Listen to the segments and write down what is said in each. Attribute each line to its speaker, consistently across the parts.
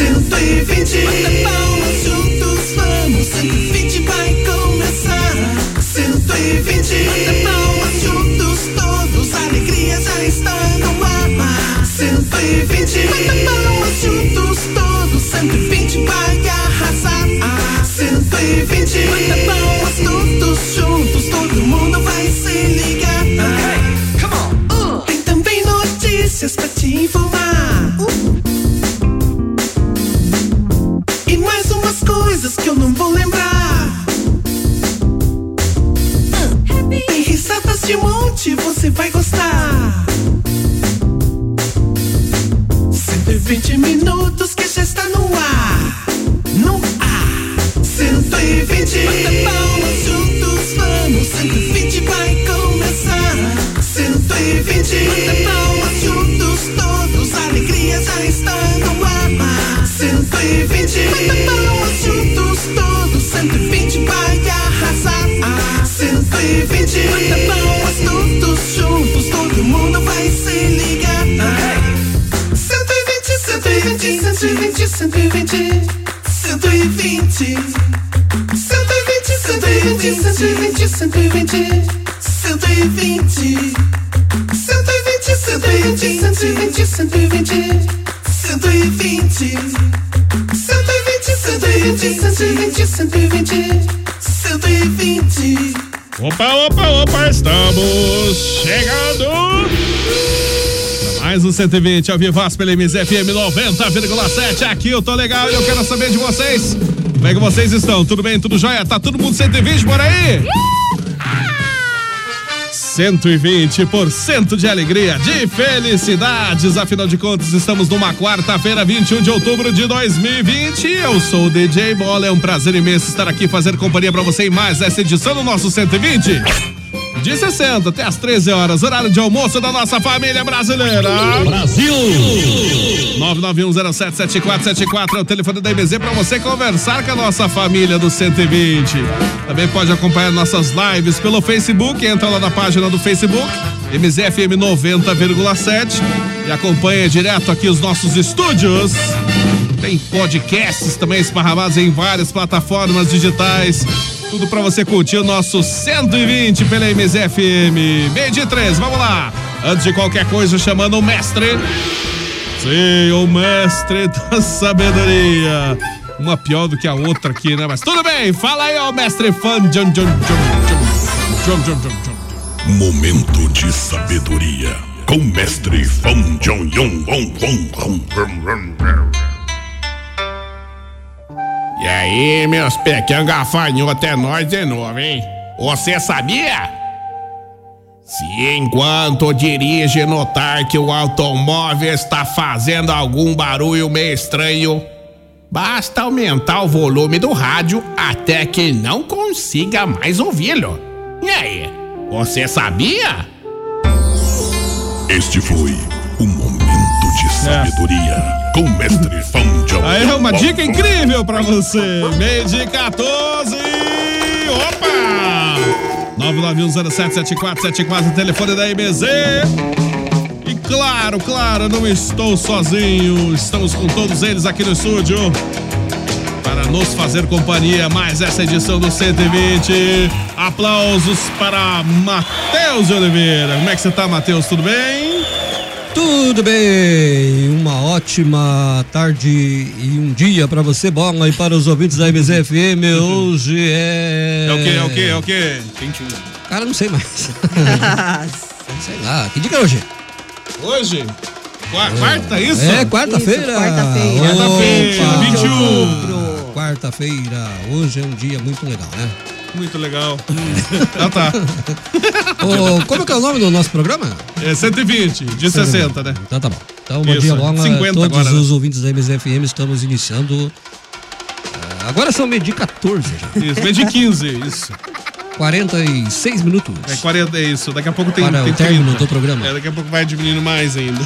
Speaker 1: 120 Manda palmas juntos, vamos 120 vai começar 120 Manda palmas juntos, todos a alegria já está no ar 120 Manda palmas juntos, todos 120 vai arrasar 120 Manda palmas todos juntos, todo mundo vai se ligar Tem também notícias pra te informar e mais umas coisas que eu não vou lembrar. Tem risadas de monte, você vai gostar. 120 minutos que já está no ar. No ar. 120. Manda palmas juntos, vamos. 120 vai começar. 120. Manda palmas juntos, todos. A alegria já está no ar. 120. Manda palmas juntos, todos. 120 vai arrasar. 120. Manda palmas todos juntos, todo mundo vai se ligar. 120, 120, 120, 120, 120. 120, 120, 120, 120, 120. 120, 120, 120, 120, 120. 120, 120, 120, 120, 120.
Speaker 2: Opa, opa, opa, estamos chegando! Pra Mais um 120 ao Vivaz pela MZFM 90,7. Aqui eu tô legal e eu quero saber de vocês. Como é que vocês estão? Tudo bem? Tudo jóia? Tá todo mundo 120 por aí? 120% de alegria, de felicidades. Afinal de contas, estamos numa quarta-feira, 21 de outubro de 2020. Eu sou o DJ Bola. É um prazer imenso estar aqui fazer companhia pra você em mais essa edição do nosso 120. De 60 até as 13 horas, horário de almoço da nossa família brasileira. um Brasil! 991077474 é o telefone da IBZ para você conversar com a nossa família do 120. Também pode acompanhar nossas lives pelo Facebook, entra lá na página do Facebook, MZFM 90,7 e acompanha direto aqui os nossos estúdios. Tem podcasts também esparramados em várias plataformas digitais. Tudo para você curtir o nosso 120 pela MZFM. Meio de três, vamos lá. Antes de qualquer coisa, chamando o mestre. Sim, o mestre da sabedoria. Uma pior do que a outra aqui, né? Mas tudo bem, fala aí, ó, mestre fã. John, John, John, John, John, John, John.
Speaker 3: Momento de sabedoria com mestre Fan Jong Yong Wong Wong Wong Wong Wong Wong.
Speaker 4: E aí, meus pequenos gafanhotos, é nós de novo, hein? Você sabia? Se enquanto dirige notar que o automóvel está fazendo algum barulho meio estranho, basta aumentar o volume do rádio até que não consiga mais ouvi-lo. E aí, você sabia?
Speaker 3: Este foi o momento de sabedoria com mestre Fan Jong.
Speaker 2: É. Aí é uma dica incrível pra você. Meio de 14. Opa! 991077474, telefone da IBZ. E claro, claro, não estou sozinho. Estamos com todos eles aqui no estúdio para nos fazer companhia. Mais essa edição do 120. Aplausos para Matheus de Oliveira. Como é que você tá, Matheus? Tudo bem?
Speaker 5: Tudo bem, uma ótima tarde e um dia para você, bola, e para os ouvintes da MZFM. Hoje é.
Speaker 2: Uhum. É o quê? É o quê? É o quê?
Speaker 5: Cara, não sei mais. sei lá, que dia que é hoje?
Speaker 2: Hoje? Qua- Quarta, isso?
Speaker 5: É quarta-feira.
Speaker 6: Isso, quarta-feira.
Speaker 5: Opa,
Speaker 2: Quarta-feira, 21.
Speaker 5: Quarta-feira, hoje é um dia um muito legal, né?
Speaker 2: Muito legal. ah, tá.
Speaker 5: Ô, como é que é o nome do nosso programa?
Speaker 2: É 120, de 60, né?
Speaker 5: Então tá bom. Então, bom
Speaker 2: Isso,
Speaker 5: dia, Bola.
Speaker 2: 50
Speaker 5: Todos
Speaker 2: agora, né?
Speaker 5: os ouvintes da MZFM estamos iniciando. ah, Agora são meio-dia e 14 já. É?
Speaker 2: Isso, meio de 15, isso.
Speaker 5: 46 minutos.
Speaker 2: É 40, é isso. Daqui a pouco tem,
Speaker 5: Para
Speaker 2: tem
Speaker 5: o término
Speaker 2: 30.
Speaker 5: do programa.
Speaker 2: É, daqui a pouco vai diminuindo mais ainda.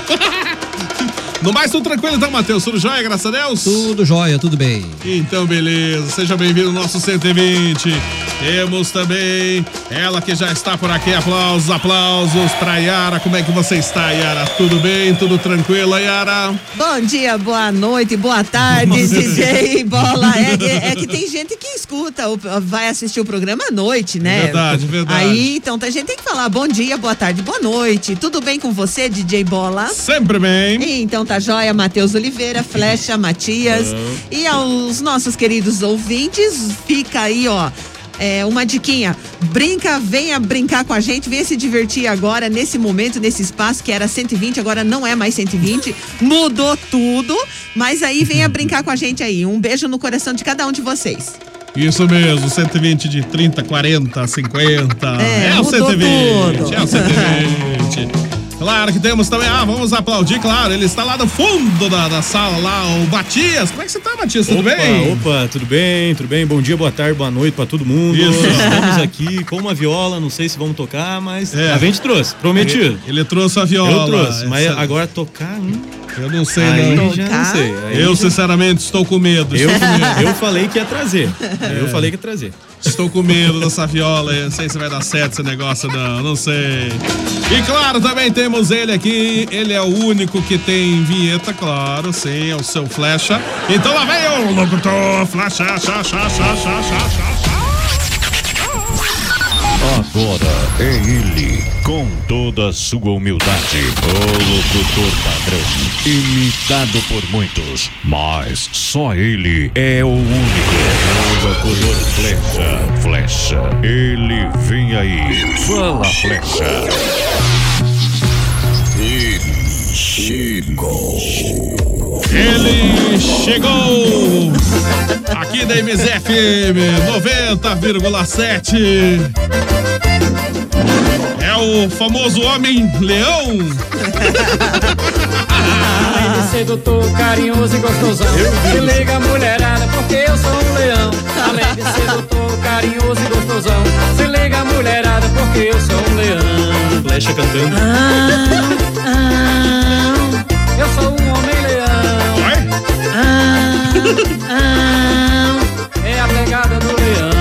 Speaker 2: no mais, tudo tranquilo então, Matheus? Tudo jóia, graças a Deus?
Speaker 5: Tudo jóia, tudo bem.
Speaker 2: Então, beleza. Seja bem-vindo ao nosso 120. Temos também ela que já está por aqui. Aplausos, aplausos pra Yara. Como é que você está, Yara? Tudo bem? Tudo tranquilo, Yara?
Speaker 7: Bom dia, boa noite, boa tarde, DJ Bola. É que, é que tem gente que escuta, ou vai assistir o programa à noite, né?
Speaker 2: Verdade, verdade.
Speaker 7: Aí, então, a gente tem que falar bom dia, boa tarde, boa noite. Tudo bem com você, DJ Bola?
Speaker 2: Sempre bem.
Speaker 7: Então tá joia, Matheus Oliveira, Flecha, Matias. E aos nossos queridos ouvintes, fica aí, ó. é, uma diquinha, brinca, venha brincar com a gente, venha se divertir agora, nesse momento, nesse espaço que era 120, agora não é mais 120, mudou tudo, mas aí venha brincar com a gente aí. Um beijo no coração de cada um de vocês.
Speaker 2: Isso mesmo, 120 de 30, 40, 50.
Speaker 7: É,
Speaker 2: o
Speaker 7: mudou
Speaker 2: 120.
Speaker 7: tudo.
Speaker 2: É o 120. Claro que temos também. Ah, vamos aplaudir, claro. Ele está lá no fundo da, da sala, lá, o Matias. Como é que você tá, Matias? Tudo
Speaker 6: opa,
Speaker 2: bem?
Speaker 6: Opa, tudo bem, tudo bem. Bom dia, boa tarde, boa noite pra todo mundo.
Speaker 2: Isso.
Speaker 6: Estamos aqui com uma viola, não sei se vamos tocar, mas
Speaker 2: É.
Speaker 6: a gente trouxe, prometido.
Speaker 2: Ele trouxe a viola.
Speaker 6: Eu trouxe, mas
Speaker 2: Essa- é
Speaker 6: agora tocar, hum,
Speaker 2: Eu não sei,
Speaker 6: aí
Speaker 2: não.
Speaker 6: já não sei. Aí
Speaker 2: Eu, sinceramente, estou com medo.
Speaker 6: eu,
Speaker 2: Estou com medo, É.
Speaker 6: eu falei que ia trazer. Eu falei que ia trazer.
Speaker 2: estou com medo dessa viola. Eu não sei se vai dar certo esse negócio, não. Não sei. E claro, também temos ele aqui. Ele é o único que tem vinheta, claro, sim. É o seu Flecha. Então lá vem o locutor Flecha. Xa, xa, xa, xa, xa, xa, xa.
Speaker 8: Agora é ele, com toda a sua humildade, o locutor padrão, imitado por muitos, mas só ele é o único. O locutor flecha, flecha, ele vem aí, fala flecha.
Speaker 2: Ele chegou aqui da MZFM 90,7. É o famoso homem leão.
Speaker 9: Ele sedutor, carinhoso e gostosão. Se liga, mulherada, porque eu sou um leão. Além de sedutor, carinhoso e gostosão. Se liga, mulherada, porque eu sou um leão. Ah,
Speaker 6: Flecha cantando.
Speaker 9: Eu sou um homem leão. Ah,
Speaker 2: Vai?
Speaker 9: É a pegada do leão.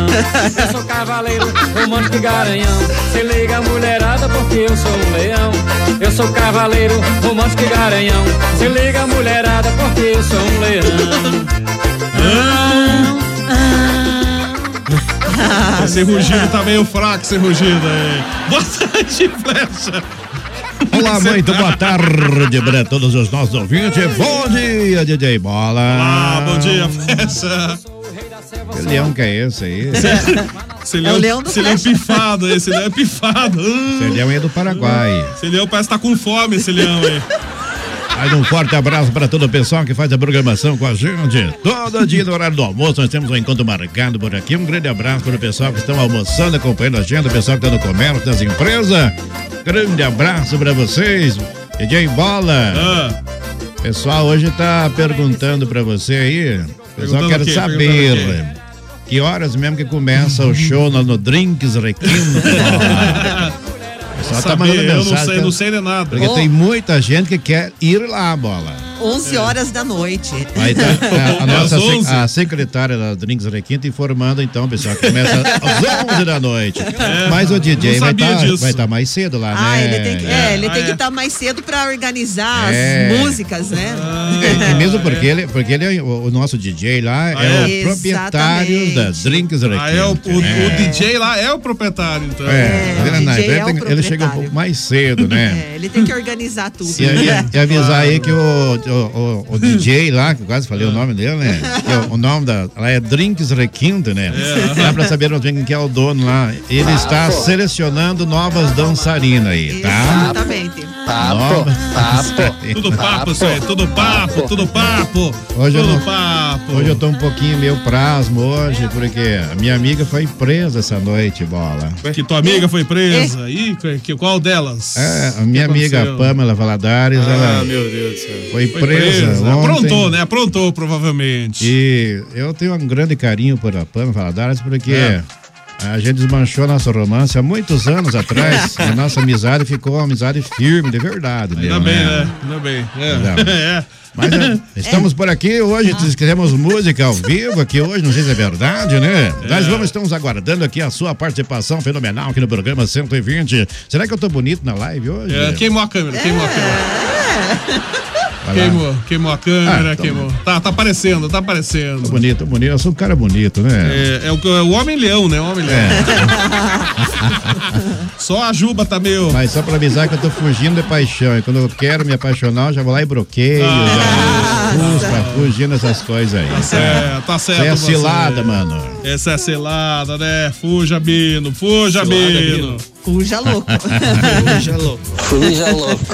Speaker 9: Eu sou cavaleiro, romântico e garanhão. Se liga, mulherada, porque eu sou um leão. Eu sou cavaleiro, romântico e garanhão. Se liga, mulherada, porque eu sou um leão.
Speaker 7: Ah.
Speaker 2: Esse rugido tá meio fraco, esse rugido aí. Boa tarde, flecha.
Speaker 8: Olá,
Speaker 2: tá-
Speaker 8: muito boa tarde para todos os nossos ouvintes, bom dia, DJ Bola.
Speaker 2: Ah, bom dia, flecha.
Speaker 8: Que leão que é esse aí?
Speaker 2: Esse
Speaker 7: É o leão do
Speaker 2: esse leão
Speaker 7: Flecha.
Speaker 2: pifado, esse leão é pifado. Hum,
Speaker 8: Esse leão é do Paraguai.
Speaker 2: Esse leão parece que tá com fome, esse leão aí.
Speaker 8: Mais um forte abraço para todo o pessoal que faz a programação com a gente. Todo dia no horário do almoço, nós temos um encontro marcado por aqui. Um grande abraço para o pessoal que estão almoçando, acompanhando a gente, o pessoal que está no comércio, das empresas. Grande abraço para vocês. DJ Bola.
Speaker 2: Ah,
Speaker 8: Pessoal, hoje está perguntando para você aí. Pessoal,
Speaker 2: Perguntando o
Speaker 8: quero
Speaker 2: quê?
Speaker 8: saber.
Speaker 2: Perguntando
Speaker 8: Que horas mesmo que começa o show no, no Drinks Requino? O pessoal tá mandando
Speaker 2: saber, eu
Speaker 8: mensagem.
Speaker 2: não sei,
Speaker 8: tá?
Speaker 2: não sei de nada.
Speaker 8: Porque
Speaker 7: Ô.
Speaker 8: tem muita gente que quer ir lá, Bola.
Speaker 7: 11 horas da noite.
Speaker 8: Aí tá Ah. a, a
Speaker 2: É às
Speaker 8: nossa se-
Speaker 2: 11.
Speaker 8: a secretária da Drinks Requinta informando, então, pessoal, que começa às 11 da noite. Mas o DJ
Speaker 2: É. não
Speaker 8: vai
Speaker 2: sabia disso.
Speaker 8: estar mais cedo lá,
Speaker 7: Ah,
Speaker 8: né?
Speaker 7: ele tem que
Speaker 8: É.
Speaker 7: é, ele
Speaker 2: Ah,
Speaker 7: tem que
Speaker 2: é.
Speaker 7: estar mais cedo pra organizar
Speaker 8: É. Ah.
Speaker 7: as músicas, né?
Speaker 8: E- E mesmo porque ele, porque ele é o, o nosso DJ lá é,
Speaker 2: Ah,
Speaker 8: o
Speaker 7: é?
Speaker 8: proprietário da
Speaker 7: Exatamente.
Speaker 8: Drinks Requinta.
Speaker 2: Ah, é, o, o-
Speaker 8: né?
Speaker 2: o DJ lá é o proprietário, então.
Speaker 8: É,
Speaker 7: É, o
Speaker 8: ele, ele
Speaker 7: DJ é o
Speaker 8: tem- ele
Speaker 7: proprietário.
Speaker 8: chega um pouco mais cedo, né?
Speaker 7: É, ele tem que organizar tudo.
Speaker 8: E, aí- é. e avisar aí que o, o, o- o DJ lá, que eu quase
Speaker 2: É.
Speaker 8: falei o nome dele, né? Que o, o nome da. Lá é Drinks Requinto, né? Dá pra saber onde vem quem é o
Speaker 2: Ah,
Speaker 8: dono lá. Ele está selecionando novas dançarinas aí, tá?
Speaker 7: Exatamente.
Speaker 8: Papo, papo.
Speaker 2: Tudo papo, isso aí. Tudo papo, tudo papo.
Speaker 8: Hoje eu,
Speaker 2: tudo
Speaker 8: não,
Speaker 2: papo.
Speaker 8: hoje eu tô um pouquinho meio prasmo hoje, porque a minha amiga foi presa essa noite, bola.
Speaker 2: Que tua amiga foi presa. Ih, que- que, qual delas?
Speaker 8: É, a minha
Speaker 2: Que
Speaker 8: amiga
Speaker 2: aconteceu?
Speaker 8: Pamela Valadares,
Speaker 2: Ah,
Speaker 8: ela
Speaker 2: meu Deus do céu.
Speaker 8: foi presa ontem.
Speaker 2: Aprontou, né? Aprontou, provavelmente.
Speaker 8: E eu tenho um grande carinho por a Pamela Valadares, porque
Speaker 2: É.
Speaker 8: a gente desmanchou nosso romance há muitos anos atrás. a nossa amizade ficou uma amizade firme, de verdade.
Speaker 2: Ainda
Speaker 8: mesmo,
Speaker 2: bem, né? Ainda bem.
Speaker 8: Ainda bem.
Speaker 2: É. é.
Speaker 8: Mas é, estamos por aqui hoje, queremos música ao vivo aqui hoje, não sei se é verdade, né? Nós vamos, estamos aguardando aqui a sua participação fenomenal aqui no programa 120. Será que eu tô bonito na live hoje?
Speaker 2: É, queimou a câmera, queimou a câmera.
Speaker 8: Vai lá.
Speaker 2: Queimou, queimou a câmera,
Speaker 8: Ah, então-
Speaker 2: queimou. Tá, tá aparecendo, tá
Speaker 8: Tô
Speaker 2: aparecendo.
Speaker 8: bonito, tô bonito, eu sou um cara bonito, né?
Speaker 2: É, é o, é o homem leão, né? O homem
Speaker 8: É.
Speaker 2: leão. Só a Juba tá meio.
Speaker 8: Mas só pra avisar que eu tô fugindo de paixão. E quando eu quero me apaixonar, eu já vou lá e bloqueio. já Ufa, fugindo dessas coisas aí. Tá
Speaker 2: certo, Ah. tá certo,
Speaker 8: Isso aí é
Speaker 2: você.
Speaker 8: cilada, mano.
Speaker 2: Essa é selada, né? Fuja, Bino, fuja, Bino.
Speaker 7: Fuja louco.
Speaker 2: Fuja é louco.
Speaker 7: Fuja louco.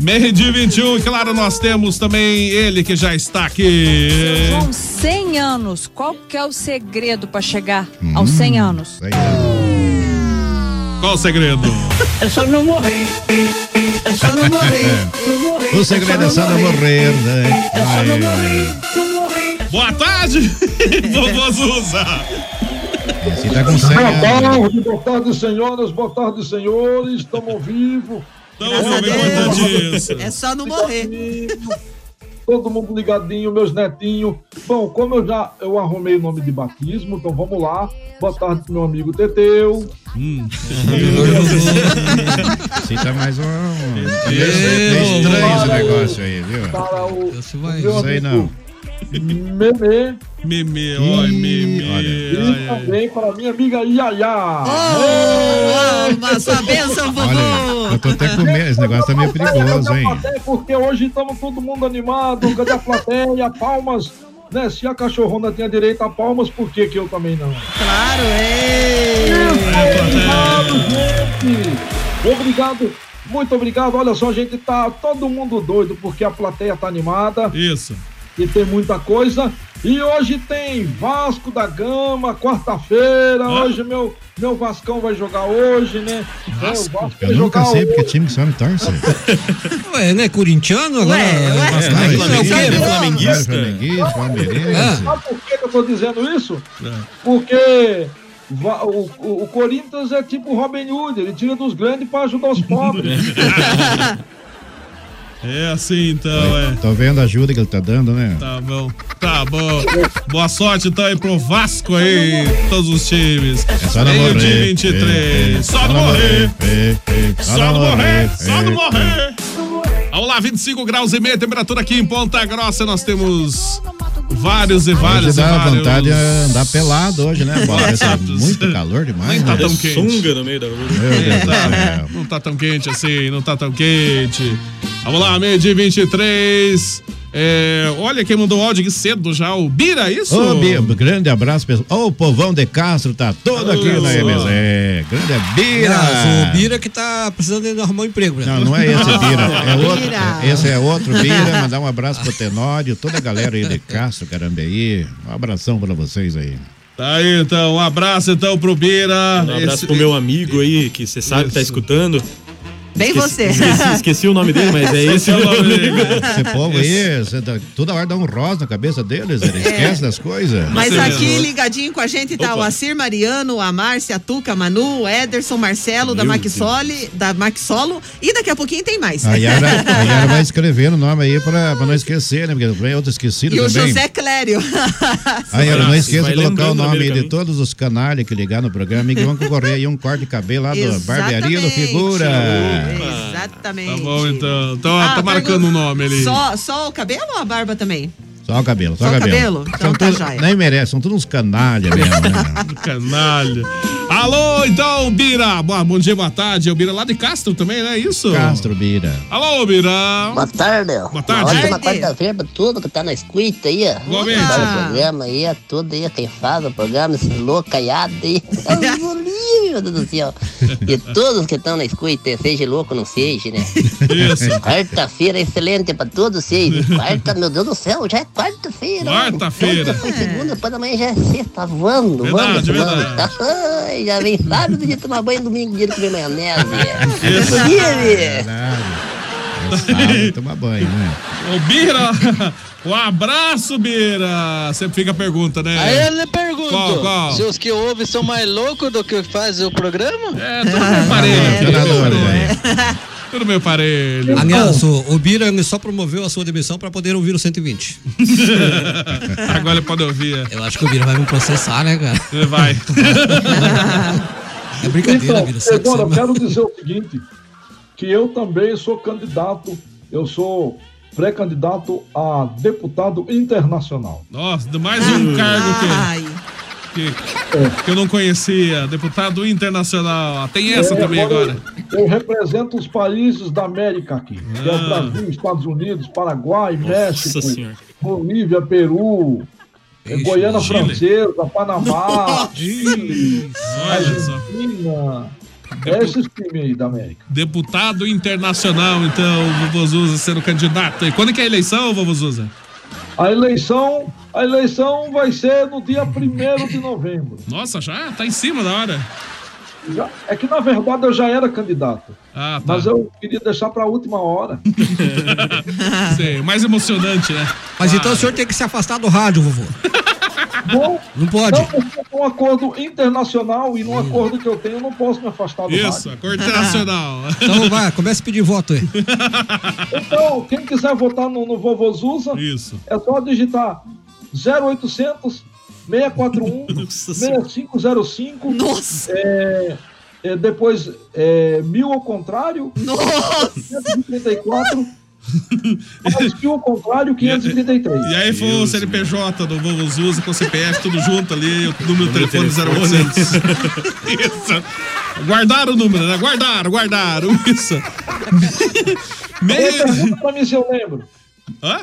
Speaker 2: Meio dia 21, e um, claro, nós temos também ele que já está aqui.
Speaker 10: João, 100 anos. Qual que é o segredo para chegar aos 100 anos?
Speaker 2: Qual o segredo?
Speaker 10: É só não morrer. É só não
Speaker 8: O segredo é só não morrer, né?
Speaker 2: Boa tarde, vovô Zuza.
Speaker 8: Você tá com 100
Speaker 11: Boa
Speaker 8: anos.
Speaker 11: tarde, boa tarde, senhoras, boa tarde, senhores. Estamos vivos.
Speaker 2: Estamos vivos, é importante isso. É
Speaker 7: só não morrer.
Speaker 11: Todo mundo ligadinho, meus netinhos. Bom, como eu já eu arrumei o nome de batismo, então vamos lá. Boa tarde, meu amigo Teteu.
Speaker 12: Hum.
Speaker 8: Você tá mais um. Meio meio estranho esse negócio aí, viu?
Speaker 11: Para o, o meu
Speaker 8: Isso aí
Speaker 11: amigo
Speaker 8: não.
Speaker 11: Meme.
Speaker 2: Meme, oi, meme.
Speaker 11: E também para minha amiga Yaya.
Speaker 7: Oh, uma sua bênção,
Speaker 8: Olha, eu tô até com medo. Esse negócio tá meio perigoso, hein?
Speaker 11: Até porque hoje estamos todo mundo animado, cadê a plateia, palmas, né? Se a cachorrona tinha direito a palmas, por que que eu também não?
Speaker 7: Claro,
Speaker 11: gente! Obrigado, muito obrigado. Olha só, a gente tá todo mundo doido porque a plateia tá animada.
Speaker 2: Isso.
Speaker 11: E tem muita coisa. E hoje tem Vasco da Gama, quarta-feira. Hoje meu, meu Vascão vai jogar hoje, né? É, o Vasco vai
Speaker 8: Eu nunca
Speaker 11: jogar
Speaker 8: sei porque time que só me torce.
Speaker 5: Ué, não é corintiano agora? é
Speaker 8: Vasco da Gama.
Speaker 5: Flamenguista.
Speaker 8: Flamenguista, Flamenguista, Palmeirense.
Speaker 11: Ah, Sabe por que que eu tô dizendo isso? Porque va- o, o- o Corinthians é tipo o Robin Hood, ele tira dos grandes para ajudar os pobres.
Speaker 2: É assim então, é.
Speaker 8: Tô vendo a ajuda que ele tá dando, né?
Speaker 2: Tá bom, tá bom. Boa sorte então aí pro Vasco aí, todos os times. É
Speaker 8: só não
Speaker 2: Meio dia
Speaker 8: morrer.
Speaker 2: 23.
Speaker 8: É, é.
Speaker 2: Só não morrer.
Speaker 8: É, é.
Speaker 2: Só não morrer, só não
Speaker 8: É,
Speaker 2: morrer. Vamos lá, 25 graus e meia, temperatura aqui em Ponta Grossa. Nós temos vários e
Speaker 8: Hoje
Speaker 2: vários e
Speaker 8: dá
Speaker 2: vários.
Speaker 8: vontade é, de andar pelado hoje, né? Bola? Tá muito calor demais.
Speaker 2: Nem tá
Speaker 8: né?
Speaker 2: tão quente.
Speaker 6: Sunga no meio da rua.
Speaker 8: Meu Deus do
Speaker 2: Tá, não tá tão quente assim, não tá tão quente. Vamos lá, meio dia 23. É, olha quem mandou áudio aqui cedo já, o Bira, é isso?
Speaker 8: Ô, Bia, um grande abraço, pessoal. Ô, o povão de Castro tá todo aqui na MZ. Grande é Bira.
Speaker 5: Não, o Bira que tá precisando de arrumar um emprego, né?
Speaker 8: Não, não é esse Bira, é outro.
Speaker 5: Bira.
Speaker 8: Esse é outro Bira. Mandar um abraço pro Tenório, toda a galera aí de Castro, Carambeí. Um abração pra vocês aí.
Speaker 2: Tá aí então, um abraço então pro Bira.
Speaker 6: Um abraço
Speaker 2: Esse-
Speaker 6: pro meu amigo aí, que você sabe que tá escutando.
Speaker 7: Bem
Speaker 6: Esqueci-
Speaker 7: você.
Speaker 6: Esqueci, esqueci o nome dele, mas é esse o nome dele.
Speaker 8: Esse povo aí, você dá- toda hora dá um rosa na cabeça deles, ele esquece das coisas.
Speaker 7: É. Mas aqui ligadinho com a gente tá o Acir Mariano, a Márcia, a Tuca, a Manu, o Ederson, Marcelo, da
Speaker 8: Meu
Speaker 7: Maxoli, da Maxolo. E daqui a pouquinho tem mais.
Speaker 8: A Yara, a Yara vai escrevendo o nome aí pra, pra não esquecer, né? Porque vem outro esquecido
Speaker 7: E o
Speaker 8: também. Ah.
Speaker 7: José Clério.
Speaker 8: Aí eu
Speaker 6: Ah,
Speaker 8: não
Speaker 2: Vai
Speaker 8: esqueça de colocar o
Speaker 2: lembrando no
Speaker 8: nome
Speaker 2: meio
Speaker 8: aí
Speaker 2: do
Speaker 8: de todos os canalha que ligar no programa e que vão concorrer aí um corte de cabelo lá da
Speaker 7: Exatamente.
Speaker 8: barbearia do Figura.
Speaker 7: Exatamente.
Speaker 2: Tá bom então. Então,
Speaker 7: Ah,
Speaker 2: tá marcando o
Speaker 7: pergunta-
Speaker 2: nome ali.
Speaker 7: Só, só o cabelo ou a barba também?
Speaker 8: Só o cabelo, só,
Speaker 7: Só o
Speaker 8: o cabelo.
Speaker 7: cabelo? Então
Speaker 8: São
Speaker 7: tá
Speaker 8: todos-
Speaker 7: joia.
Speaker 8: nem merece, são todos uns canalha mesmo. né?
Speaker 2: Canalha. Alô, então, Bira. Boa, bom dia, boa tarde. É o Bira lá de Castro também, não é isso?
Speaker 8: Castro, Bira.
Speaker 2: Alô, Bira.
Speaker 13: Boa tarde. Boa
Speaker 2: tarde.
Speaker 13: Ótima quarta-feira pra tudo que tá na escuta aí, ó.
Speaker 2: Igualmente.
Speaker 13: Faz o programa aí, é tudo aí, quem faz o programa, esses loucos caiados aí. Eu vou livre, meu Deus do céu. E todos que estão na escuta, seja louco ou não seja, né?
Speaker 2: Isso.
Speaker 13: Quarta-feira é excelente pra todos vocês. Quarta, meu Deus do céu, já é quarta-feira.
Speaker 2: Quarta-feira.
Speaker 13: Quarta foi segunda, depois da manhã já é sexta, voando,
Speaker 2: Verdade,
Speaker 13: voando, voando.
Speaker 2: verdade.
Speaker 13: Ai, já vem sábado, dia de tomar banho, domingo, dia de comer maionese.
Speaker 2: Isso.
Speaker 13: Tô livre.
Speaker 8: Tomar banho, né?
Speaker 2: Ô, Bira, um abraço, Bira. Sempre fica a pergunta, né?
Speaker 14: Aí eu lhe pergunto,
Speaker 2: Qual, qual?
Speaker 14: se os que ouvem são mais loucos do que faz o programa?
Speaker 2: É, tô parelho. Tudo meu parelho.
Speaker 5: Aliás, o, o Bira ele só promoveu a sua demissão para poder ouvir o 120.
Speaker 2: Agora pode ouvir. é.
Speaker 5: Eu acho que o Bira vai me processar, né, cara?
Speaker 2: Vai.
Speaker 5: É brincadeira, Bira. você-
Speaker 11: Então, Agora, eu
Speaker 5: você-
Speaker 11: quero dizer o seguinte, que eu também sou candidato, eu sou pré-candidato a deputado internacional.
Speaker 2: Nossa, mais um cargo que, que, que eu não conhecia. Deputado internacional. Ah, Tem essa
Speaker 11: É,
Speaker 2: também agora.
Speaker 11: Eu, eu represento os países da América aqui, que é o
Speaker 2: Ah.
Speaker 11: Brasil, Estados Unidos, Paraguai,
Speaker 2: Nossa
Speaker 11: México,
Speaker 2: Senhora.
Speaker 11: Bolívia, Peru, eh,
Speaker 2: Ixi,
Speaker 11: Goiânia
Speaker 2: Chile.
Speaker 11: Francesa, Panamá,
Speaker 2: Nossa.
Speaker 11: Chile,
Speaker 2: Olha só.
Speaker 11: Argentina, É esses times aí da América.
Speaker 2: Deputado internacional, então, o Vovozuza sendo candidato. E quando que é a eleição, Vovozuza?
Speaker 11: A eleição, a eleição vai ser no dia 1 de novembro.
Speaker 2: Nossa, já tá em cima da hora.
Speaker 11: Já- é que na verdade eu já era candidato.
Speaker 2: Ah, tá.
Speaker 11: Mas eu queria deixar para a última hora.
Speaker 2: Sei, mais emocionante, né?
Speaker 5: Mas então o senhor tem que se afastar do rádio, vovô.
Speaker 11: Bom,
Speaker 5: Não pode.
Speaker 11: Não, porque é um acordo internacional e num acordo que eu tenho eu não posso me afastar do
Speaker 2: Isso,
Speaker 11: rádio.
Speaker 2: acordo internacional.
Speaker 5: Ah. Então vai, começa a pedir voto aí.
Speaker 11: Então, quem quiser votar no, no Vovô Zuza, é só digitar 0800 641 6505.
Speaker 7: Nossa!
Speaker 11: É, é, depois, é, mil ao contrário.
Speaker 7: Nossa!
Speaker 11: 534. mais mil ao contrário, 533.
Speaker 2: E aí foi o CNPJ do Vovozuza com o CPF, tudo junto ali, o número do telefone um 0800. Isso. Guardaram o número, né? Guardaram, guardaram. Isso. Meio...
Speaker 11: Pergunta pra mim se eu lembro.
Speaker 2: Hã?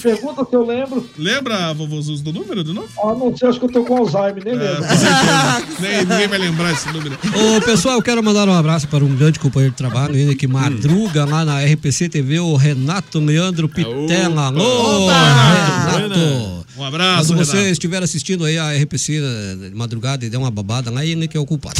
Speaker 11: Pergunta se eu lembro.
Speaker 2: Lembra, Vovozuza, do número de novo? É,
Speaker 11: Ah, não sei, acho que eu tô com Alzheimer, nem lembro.
Speaker 2: Nem, ninguém vai lembrar esse número.
Speaker 5: Ô, pessoal, eu quero mandar um abraço para um grande companheiro de trabalho ainda que madruga lá na RPC TV, o Renato Leandro
Speaker 2: É,
Speaker 5: Pitela. Alô, Renato!
Speaker 2: Um abraço,
Speaker 5: Quando você
Speaker 2: Renato.
Speaker 5: estiver assistindo aí a RPC eh, de madrugada e der uma babada lá, ele que é o culpado.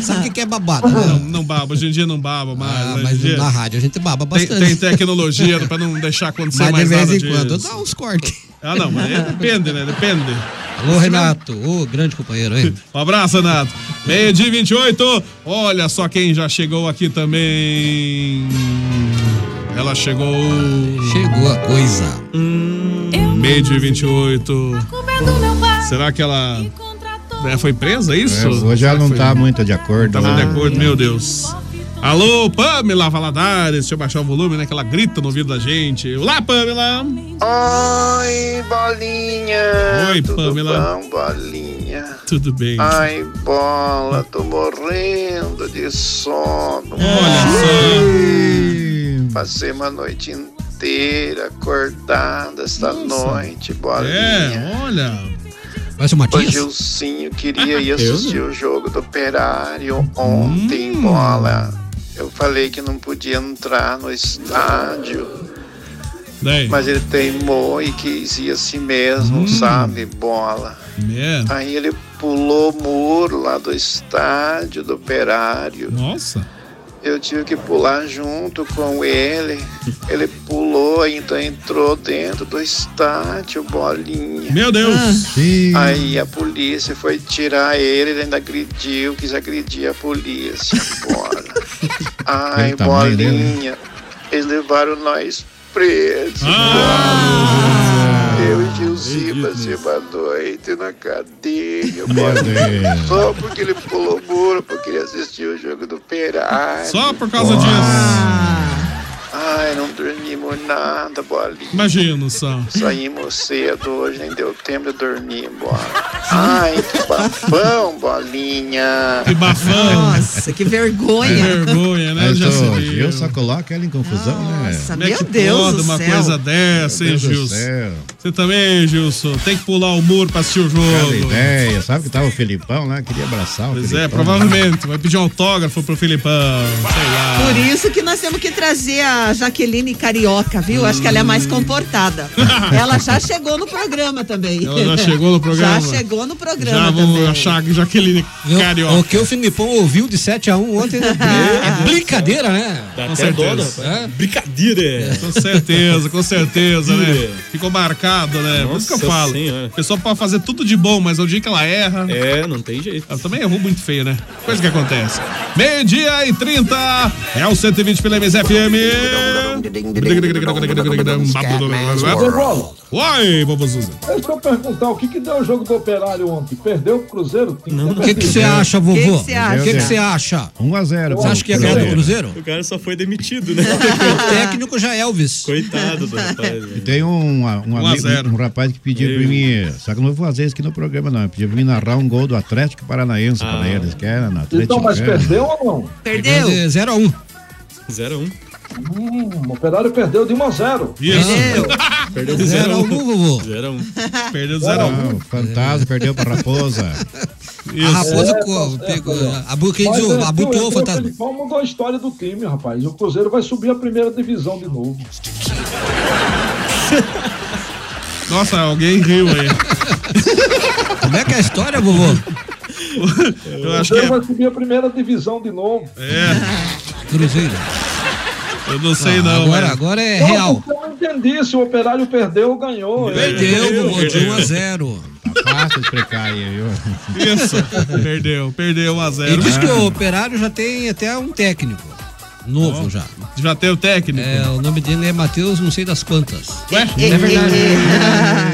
Speaker 5: Sabe o que que é babada?
Speaker 2: Não, não baba, hoje em dia não baba mais.
Speaker 5: Ah,
Speaker 2: né?
Speaker 5: mas
Speaker 2: Hoje em dia-
Speaker 5: na rádio a gente baba
Speaker 2: Tem,
Speaker 5: bastante.
Speaker 2: tem tecnologia pra não deixar acontecer
Speaker 5: Mas de
Speaker 2: mais
Speaker 5: vez
Speaker 2: nada
Speaker 5: em quando
Speaker 2: disso.
Speaker 5: dá uns cortes.
Speaker 2: Ah, não, mas aí depende, né? Depende.
Speaker 5: Alô, Renato, ô grande companheiro, hein?
Speaker 2: Um abraço, Renato. Meio dia e 28. Olha só quem já chegou aqui também. Ela chegou.
Speaker 5: Chegou a coisa.
Speaker 2: Meio dia e 28. Será que ela né, foi presa, é isso?
Speaker 8: É, hoje ela não tá muito de acordo.
Speaker 2: Tava
Speaker 8: né?
Speaker 2: de acordo, meu Deus. Alô, Pamela Valadares. Deixa eu baixar o volume, né? Que ela grita no ouvido da gente. Olá, Pamela.
Speaker 15: Oi, bolinha.
Speaker 2: Oi,
Speaker 15: Tudo
Speaker 2: Pamela.
Speaker 15: bom, bolinha?
Speaker 2: Tudo bem?
Speaker 15: Ai, bola, tô morrendo de sono.
Speaker 2: Olha
Speaker 15: só. Passei uma noite inteira acordada esta noite, bolinha.
Speaker 2: É, olha.
Speaker 5: Parece o
Speaker 15: O
Speaker 5: Matias.
Speaker 15: Gilzinho queria
Speaker 2: Ah,
Speaker 15: ir assistir
Speaker 5: Eu?
Speaker 15: o jogo do Operário
Speaker 2: Hum.
Speaker 15: ontem, bola. Eu falei que não podia entrar no estádio.
Speaker 2: Daí. Hum.
Speaker 15: Mas ele teimou e quis ir assim mesmo, sabe? Bola.
Speaker 2: É.
Speaker 15: Aí ele pulou o muro lá do estádio do operário.
Speaker 2: Nossa.
Speaker 15: Eu tive que pular junto com ele. Ele pulou, ainda entrou dentro do estádio, bolinha.
Speaker 2: Meu Deus!
Speaker 15: Aí a polícia foi tirar ele, ele ainda agrediu, quis agredir a polícia. Bora. Ai,
Speaker 8: Pelo tamanho dele, né?
Speaker 15: bolinha. Eles levaram nós presos.
Speaker 8: Ah!
Speaker 15: Eu e Gilzinho passei a noite na cadeia. bolinha.
Speaker 8: Deus.
Speaker 15: Só porque ele pulou o muro, porque queria assistir o jogo do Perário.
Speaker 2: Só por causa disso.
Speaker 15: Ai, não dormimos nada, nada, bolinha.
Speaker 2: Imagino só.
Speaker 15: Saímos cedo hoje, nem deu tempo de dormir, bola. Ai, que bafão, bolinha.
Speaker 2: Que bafão.
Speaker 7: Nossa, que vergonha.
Speaker 2: Que vergonha, né?
Speaker 8: Mas,
Speaker 2: Já
Speaker 8: ô,
Speaker 2: se viu.
Speaker 8: Gil só coloca ela em confusão, né?
Speaker 7: Nossa,
Speaker 2: Como é que pode uma coisa dessa, hein,
Speaker 8: Meu Deus do
Speaker 2: Gilson?
Speaker 8: céu.
Speaker 2: Você também, é? Gilson, tem que pular o muro pra assistir o jogo.
Speaker 8: Cara, ideia. Sabe que tava o Felipão lá, queria abraçar o
Speaker 2: Pois
Speaker 8: Felipão.
Speaker 2: é, provavelmente. Vai pedir um autógrafo pro Filipão. Sei lá.
Speaker 7: Por isso que nós temos que trazer a Jaqueline Carioca, viu? Acho que ela é mais comportada. ela já chegou no programa também.
Speaker 2: Ela já chegou no programa?
Speaker 7: Já chegou no programa.
Speaker 2: Já vamos achar que Jaqueline Carioca.
Speaker 5: O que o Filipão ouviu de 7 a 1 ontem né? é brincadeira, né?
Speaker 2: Com certeza.
Speaker 6: Brincadeira.
Speaker 2: é? Com certeza, com certeza, né? Ficou marcado, né? Por isso que eu
Speaker 6: Nossa
Speaker 2: falo.
Speaker 6: Senhora.
Speaker 2: A pessoa pode fazer tudo de bom, mas ao dia que ela erra.
Speaker 6: É, não tem jeito.
Speaker 2: Ela também errou muito feio, né? Coisa que acontece. Meio-dia e 30 é o 120 pela MSFM. Oi, Bobo Zuza.
Speaker 11: Deixa eu perguntar, o que que deu o jogo do Operário ontem? Perdeu pro Cruzeiro?
Speaker 5: O que que você acha, vovô? O que que você acha?
Speaker 8: 1 a 0
Speaker 5: Você acha que ia ganhar do Cruzeiro?
Speaker 6: O cara só foi demitido, né?
Speaker 5: O técnico já é Elvis.
Speaker 6: Coitado do rapaz.
Speaker 8: E tem um, um, amigo, um rapaz que pediu pra mim, só que eu não vou fazer isso aqui no programa, não. Pediu pra mim narrar um gol do Atlético Paranaense
Speaker 5: Ah.
Speaker 8: pra eles, que era na Atlético.
Speaker 11: Então, mas
Speaker 8: é.
Speaker 11: perdeu ou não?
Speaker 7: Perdeu.
Speaker 5: 0x1.
Speaker 6: 0x1.
Speaker 11: Hum, o Operário perdeu de 1 a 0.
Speaker 6: Perdeu
Speaker 11: de
Speaker 8: Zero a um, vovô.
Speaker 6: 0x1.
Speaker 2: Perdeu
Speaker 11: de zero a um.
Speaker 8: Ah, O Fantasma perdeu pra Raposa.
Speaker 5: A raposa co- pegou,
Speaker 11: É, tá
Speaker 5: né?
Speaker 11: Mas,
Speaker 5: abuqueou,
Speaker 11: é,
Speaker 5: abuqueou o
Speaker 11: o
Speaker 5: fantasma.
Speaker 11: Felipão mudou a história do time, rapaz. O Cruzeiro vai subir a primeira divisão de novo.
Speaker 2: Nossa, alguém riu aí.
Speaker 5: Como é que é a história, vovô?
Speaker 2: Eu
Speaker 11: o
Speaker 2: acho que
Speaker 11: Cruzeiro
Speaker 2: é.
Speaker 11: vai subir a assim, primeira divisão de novo.
Speaker 2: é.
Speaker 5: Cruzeiro.
Speaker 2: Eu não sei, não. mas-
Speaker 5: é
Speaker 11: Não, Então, porque Eu não entendi se o Operário perdeu ou ganhou. É.
Speaker 5: Perdeu, vovô, de 1 a 0
Speaker 8: Tá fácil explicar aí, viu?
Speaker 2: Isso. Perdeu, perdeu 1 a 0
Speaker 5: E diz que o operário já tem até um técnico. Novo já.
Speaker 2: Já tem o técnico?
Speaker 5: É, o nome dele é Matheus, não sei das quantas.
Speaker 2: Ué?
Speaker 5: Não é verdade.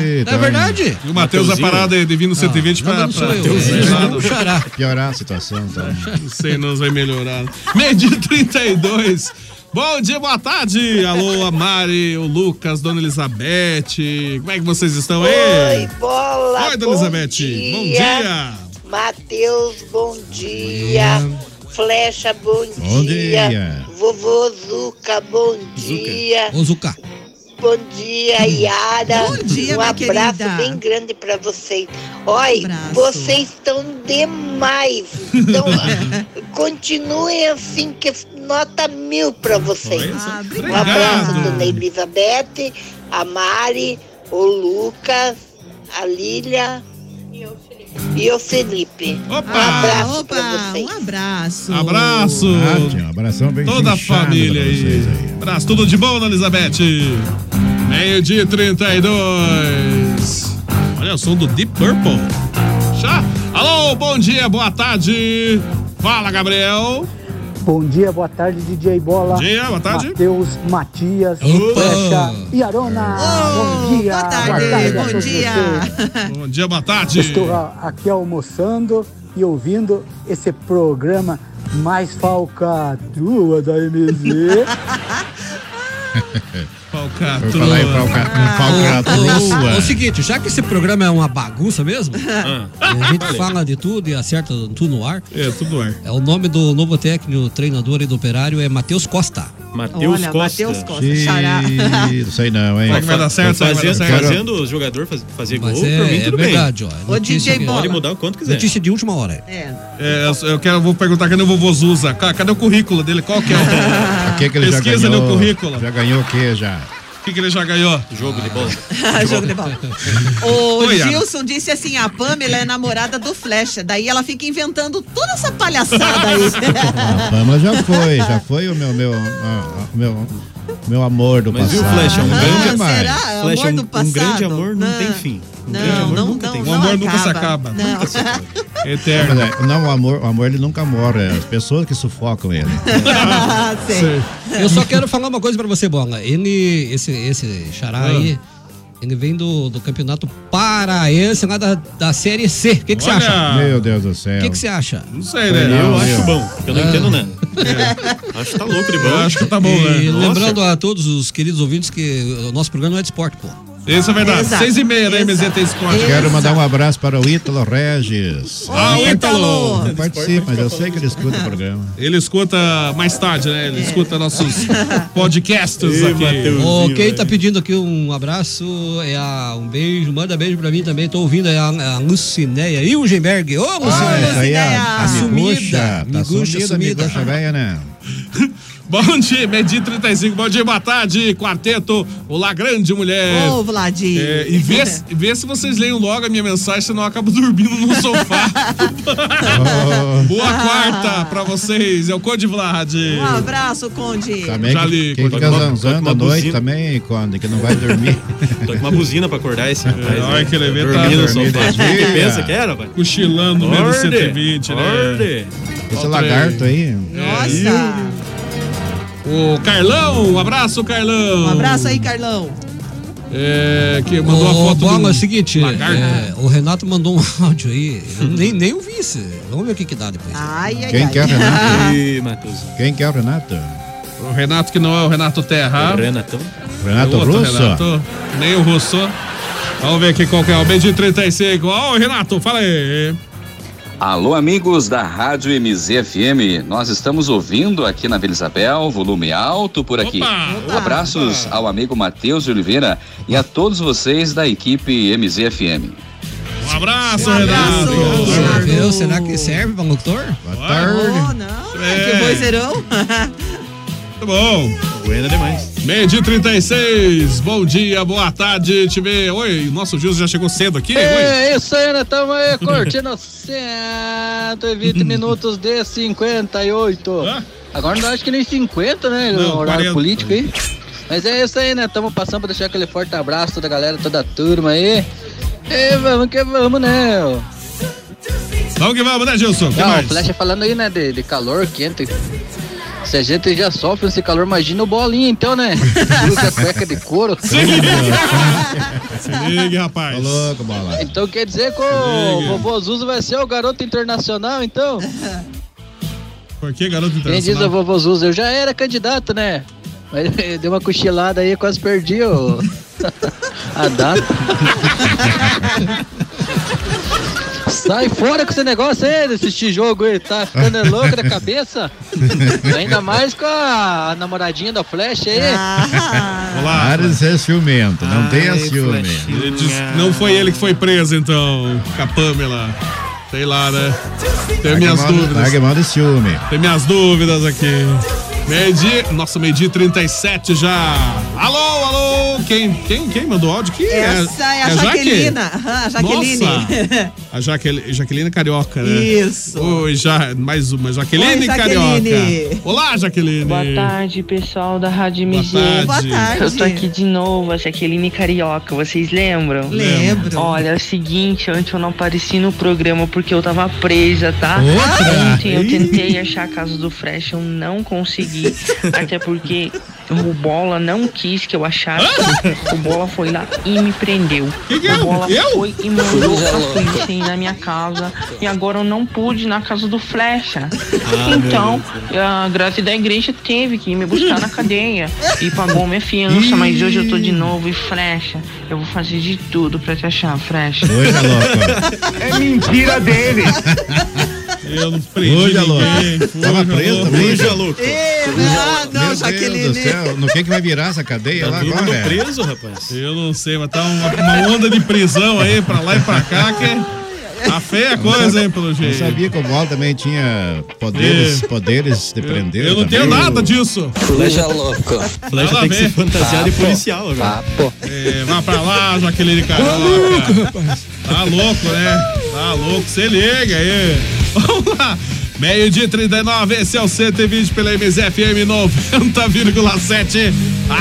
Speaker 8: Eita,
Speaker 5: Não é verdade?
Speaker 2: E o Matheus a parada de
Speaker 8: Ah.
Speaker 2: vir no 120 pra, pra
Speaker 6: né?
Speaker 2: né?
Speaker 8: Piorar. Piorar a situação, tá?
Speaker 2: Não sei, nós vai melhorar. Meio dia 32. Bom dia, boa tarde. Alô, a Mari, o Lucas, Dona Elizabeth. Como é que vocês estão aí?
Speaker 16: Oi, bola.
Speaker 2: Oi,
Speaker 16: bom
Speaker 2: Dona Elizabeth.
Speaker 16: Dia.
Speaker 2: Bom dia.
Speaker 16: Matheus, bom dia. Flecha, bom,
Speaker 8: Bom
Speaker 16: dia.
Speaker 8: dia.
Speaker 16: Vovô Zuca, bom dia.
Speaker 5: Ô, Zucca.
Speaker 16: Bom dia, Yara.
Speaker 7: Bom dia,
Speaker 16: um
Speaker 7: minha
Speaker 16: abraço
Speaker 7: querida. Um
Speaker 16: bem grande pra vocês. Olha,
Speaker 7: abraço.
Speaker 16: vocês estão demais. Então, continuem assim, que nota mil pra vocês.
Speaker 7: Ah,
Speaker 16: um abraço,
Speaker 2: Obrigado.
Speaker 16: dona Elizabeth, a Mari, o Lucas, a Lília e o Felipe. um abraço pra vocês.
Speaker 7: Ah, Um abraço.
Speaker 2: Abraço.
Speaker 8: Um abração bem
Speaker 2: Toda a
Speaker 8: inchado
Speaker 2: família
Speaker 8: pra
Speaker 2: aí.
Speaker 8: vocês
Speaker 2: Abraço, tudo de bom, Dona Elizabeth. Meio dia 32. Olha o som do Deep Purple. Já. Alô, bom dia, boa tarde. Fala, Gabriel.
Speaker 17: Bom dia, boa tarde, DJ Bola. Bom
Speaker 2: dia, boa tarde.
Speaker 17: Matheus, Matias,
Speaker 2: Opa!
Speaker 17: Flecha e Arona. bom dia. Boa tarde, a
Speaker 2: bom
Speaker 17: todos
Speaker 2: dia.
Speaker 17: vocês.
Speaker 2: Bom dia, boa tarde.
Speaker 17: Estou a- aqui almoçando e ouvindo esse programa mais falcatrua da MZ.
Speaker 2: Falcatrua.
Speaker 8: Vou falar em
Speaker 6: Ah.
Speaker 8: falca- falcatrua.
Speaker 5: É o seguinte, já que esse programa é uma bagunça mesmo,
Speaker 6: Ah.
Speaker 5: a gente fala de tudo e acerta tudo no ar.
Speaker 2: É, tudo no ar.
Speaker 5: É, o nome do novo técnico, treinador e do operário é Matheus Costa.
Speaker 6: Matheus Olha, Costa. Matheus Costa, xará.
Speaker 8: Ih, Não sei não, hein?
Speaker 6: Será que vai dar certo? Será que vai dar certo?
Speaker 8: Quero-
Speaker 6: Fazendo o jogador faz- fazer gol,
Speaker 5: Mas
Speaker 6: pra
Speaker 5: é,
Speaker 6: mim
Speaker 5: é
Speaker 6: tudo
Speaker 5: verdade, ó.
Speaker 6: bem.
Speaker 5: é notícia que-
Speaker 6: Pode mudar o quanto quiser.
Speaker 5: Notícia de última hora.
Speaker 2: É, eu- eu quero, vou perguntar cadê o vovô Zuza? Ca- Cadê o currículo dele? Qual que é o...
Speaker 8: O que, que ele
Speaker 2: Pesquisa
Speaker 8: já ganhou?
Speaker 2: no currículo.
Speaker 8: Já ganhou o que já?
Speaker 2: O que, que ele já ganhou?
Speaker 6: Jogo de bola.
Speaker 7: Ah, Jogo de bola. O
Speaker 2: Oi, Ana.
Speaker 7: Gilson disse assim: a Pamela é namorada do Flecha. Daí ela fica inventando toda essa palhaçada aí.
Speaker 8: A Pamela já foi, já foi o meu, meu, ah, o meu, meu amor do
Speaker 6: Mas viu,
Speaker 8: passado.
Speaker 6: Flecha, é um
Speaker 8: Não
Speaker 6: grande
Speaker 8: é mais.
Speaker 7: Ah, será? Amor
Speaker 6: Flecha, um,
Speaker 7: do
Speaker 6: um grande
Speaker 7: passado.
Speaker 6: amor não, tem fim. Um grande amor nunca tem
Speaker 2: O
Speaker 6: fim.
Speaker 2: amor nunca se acaba.
Speaker 7: Não.
Speaker 2: Eterno.
Speaker 8: Não, mas é, Não, o amor, o amor ele nunca morre, é as pessoas que sufocam ele.
Speaker 7: Sei.
Speaker 6: Ah,
Speaker 5: Eu só quero falar uma coisa pra você, Bola. Ele, esse, esse xará
Speaker 8: Ah.
Speaker 5: aí, Ele vem do, do campeonato paraense, lá da, da Série C. O que que você acha?
Speaker 8: Meu Deus do
Speaker 5: O
Speaker 8: céu.
Speaker 5: que que você acha?
Speaker 8: Não
Speaker 6: sei, né? Eu acho bom, porque eu não entendo nada.
Speaker 5: Acho
Speaker 6: que tá louco de bom. Eu acho que tá bom, né?
Speaker 5: e
Speaker 6: Nossa.
Speaker 5: Lembrando a todos os queridos ouvintes que o nosso programa não é de esporte, pô.
Speaker 2: Isso é verdade.
Speaker 5: Exato.
Speaker 2: Seis e meia
Speaker 8: né,
Speaker 2: da MZT Esporte.
Speaker 8: Quero mandar um abraço para o Ítalo Regis.
Speaker 2: Ah, o Ítalo!
Speaker 8: Não participa, mas eu sei que ele escuta o programa.
Speaker 2: Ele escuta mais tarde, né? Ele escuta nossos podcasts
Speaker 5: Ih,
Speaker 2: aqui.
Speaker 5: Ô, quem tá pedindo aqui um abraço, é a- um beijo, manda beijo pra mim também. Tô ouvindo é a, a Lucinéia Ilgenberg. Ô, Lucinéia!
Speaker 8: Isso aí é a, a miguxa,
Speaker 5: Assumida.
Speaker 8: tá sumida, a
Speaker 5: sumida.
Speaker 8: miguxa velha, né?
Speaker 2: Bom dia, meio-dia e 35. Bom dia, boa tarde. Quarteto, olá, grande mulher.
Speaker 7: Ô, Vladimir.
Speaker 2: É, e vê, se- vê se vocês leiam logo a minha mensagem, senão eu acabo dormindo no sofá. Boa quarta pra vocês. É o Conde Vlad.
Speaker 7: Um abraço, Conde. Um
Speaker 8: Também
Speaker 2: Já
Speaker 8: que-
Speaker 2: li,
Speaker 8: quem
Speaker 2: tô
Speaker 8: fica
Speaker 2: com uma- tô
Speaker 8: zanzando
Speaker 2: com
Speaker 8: à
Speaker 2: uma
Speaker 8: noite
Speaker 2: buzina.
Speaker 8: também, quando que não vai dormir.
Speaker 6: Tô com uma buzina pra acordar esse rapaz.
Speaker 2: Olha É, que ele vê, tá
Speaker 6: Dormindo no
Speaker 2: dormindo
Speaker 6: sofá.
Speaker 2: às
Speaker 6: O que
Speaker 2: vezes.
Speaker 6: pensa que era, velho?
Speaker 2: Cochilando no meio do 120, né?
Speaker 6: Orde.
Speaker 8: Esse lagarto aí.
Speaker 7: Nossa.
Speaker 2: O Carlão, um abraço, Carlão.
Speaker 7: Um abraço aí, Carlão.
Speaker 2: É, que mandou
Speaker 5: Ô,
Speaker 2: a foto
Speaker 5: Bola,
Speaker 2: do
Speaker 5: é o seguinte,
Speaker 2: lagarto.
Speaker 5: é, o Renato mandou um áudio aí, eu nem, nem ouvi isso. Vamos ver o que que dá depois.
Speaker 7: Ai, ai,
Speaker 8: Quem
Speaker 7: ai.
Speaker 8: que é o
Speaker 6: Ih,
Speaker 8: Renato?
Speaker 6: Matheus.
Speaker 8: Quem que é o Renato?
Speaker 2: O Renato que não é o Renato Terra. O Renatão.
Speaker 8: Renato Russo?
Speaker 2: Nem o Russo. Vamos ver aqui qual que é. O Bendito 35. Ó, o Renato, fala aí.
Speaker 18: Alô, amigos da Rádio MZFM. Nós estamos ouvindo aqui na Vila Isabel, volume alto por aqui. Abraços ao amigo Matheus de Oliveira e a todos vocês da equipe MZFM.
Speaker 2: Um abraço, Renato.
Speaker 5: Você viu? Será que serve pra locutor?
Speaker 8: Boa
Speaker 7: Oh, não. Que boizerão.
Speaker 2: Muito bom. Buena demais. Meio de 36. Bom dia, boa tarde. Te vê. Oi, o nosso Gilson já chegou cedo aqui. Oi.
Speaker 14: É isso aí, nós estamos aí curtindo 120 minutos de 58. Agora não acho que nem 50, né?
Speaker 2: Não,
Speaker 14: o horário
Speaker 2: 40.
Speaker 14: político aí. Mas é isso aí, né? Estamos passando para deixar aquele forte abraço toda a galera, toda a turma aí. E vamos que vamos, né?
Speaker 2: Vamos que vamos, né, Gilson? Que
Speaker 14: Não, o
Speaker 2: mais?
Speaker 14: Flecha falando aí, né? De, de calor quente. Se a gente já sofre esse calor, imagina o bolinho, então, né? Usa cueca de couro.
Speaker 2: Se ligue, rapaz.
Speaker 8: Tá louco, bola.
Speaker 14: Então quer dizer que o vovô Zuzo vai ser o garoto internacional, então?
Speaker 2: Por que garoto
Speaker 14: Quem diz o
Speaker 2: internacional?
Speaker 14: vovô Zuzo? Eu já era candidato, né? Mas deu uma cochilada aí, quase perdi o... a data. Sai fora com esse negócio aí, desse jogo aí, tá ficando é louco da cabeça. Ainda mais com a namoradinha da Flash aí.
Speaker 8: Ah.
Speaker 2: Olá.
Speaker 8: Para de ser é ciumento, não tenha ciúme.
Speaker 2: Ele diz que não foi ele que foi preso, então, com a Pamela. Sei lá, né? Tem
Speaker 8: Largue
Speaker 2: minhas
Speaker 8: mão-
Speaker 2: dúvidas.
Speaker 8: Largue mal de ciúme.
Speaker 2: Tem minhas dúvidas aqui. Meio-dia. Nossa, meio-dia e 37 já. Alô, alô. Quem, quem, quem mandou áudio? Que
Speaker 7: Essa é a
Speaker 2: Jaque?
Speaker 7: Jaquelina. Aham, a Jaqueline.
Speaker 2: Nossa. A Jaqueline, Jaqueline Carioca, né?
Speaker 7: Isso.
Speaker 2: Oi, ja, mais uma. Jaqueline,
Speaker 7: Oi, Jaqueline.
Speaker 2: Carioca. Olá, Jaqueline.
Speaker 19: Boa tarde, pessoal da Rádio
Speaker 2: Boa
Speaker 19: MG.
Speaker 2: tarde. Boa tarde.
Speaker 19: Eu tô aqui de novo, a Jaqueline Carioca. Vocês lembram?
Speaker 7: Lembro.
Speaker 19: Olha, é o seguinte, ontem eu não apareci no programa porque eu tava presa, tá?
Speaker 20: Outra?
Speaker 19: Ontem eu tentei achar a casa do Fresh, eu não consegui. até porque o Bola não quis que eu achasse. o Bola foi lá e me prendeu.
Speaker 2: é?
Speaker 19: o Bola
Speaker 20: Eu?
Speaker 19: foi e mandou
Speaker 20: Coisa
Speaker 19: a
Speaker 20: louca.
Speaker 19: polícia ir na minha casa. E agora eu não pude ir na casa do Flecha.
Speaker 20: Ah,
Speaker 19: então,
Speaker 20: meu Deus.
Speaker 19: a graça da igreja teve que ir me buscar na cadeia e pagou minha fiança, mas hoje eu tô de novo e frecha. Eu vou fazer de tudo pra te achar, frecha.
Speaker 8: Coisa
Speaker 19: É mentira dele.
Speaker 2: Eu não prendi
Speaker 8: Hoje, alô.
Speaker 2: ninguém. Fui,
Speaker 8: Tava
Speaker 2: alô.
Speaker 8: preso também?
Speaker 2: Fui, alô.
Speaker 7: Ah, não,
Speaker 8: Meu
Speaker 7: Jaqueline.
Speaker 8: Deus do céu, no que que vai virar essa
Speaker 2: Tá
Speaker 8: cadeia lá agora?
Speaker 2: rapaz? Eu não sei, mas tá uma, uma onda de prisão aí, pra lá e pra cá, que é- tá feia a coisa, hein, pelo
Speaker 8: Eu
Speaker 2: jeito.
Speaker 8: sabia que o Bola também tinha poderes, poderes de prender.
Speaker 2: É. Eu não tenho
Speaker 8: também.
Speaker 2: nada disso.
Speaker 8: Flecha
Speaker 14: louco.
Speaker 2: Flecha tem que se fantasiar de policial
Speaker 14: agora.
Speaker 2: É, vai pra lá, Jaqueline Carioca. Tá louco, né? Tá louco, se liga aí. Vamos lá. Meio-dia e 39, esse é o 120 pela MZFM 90,7.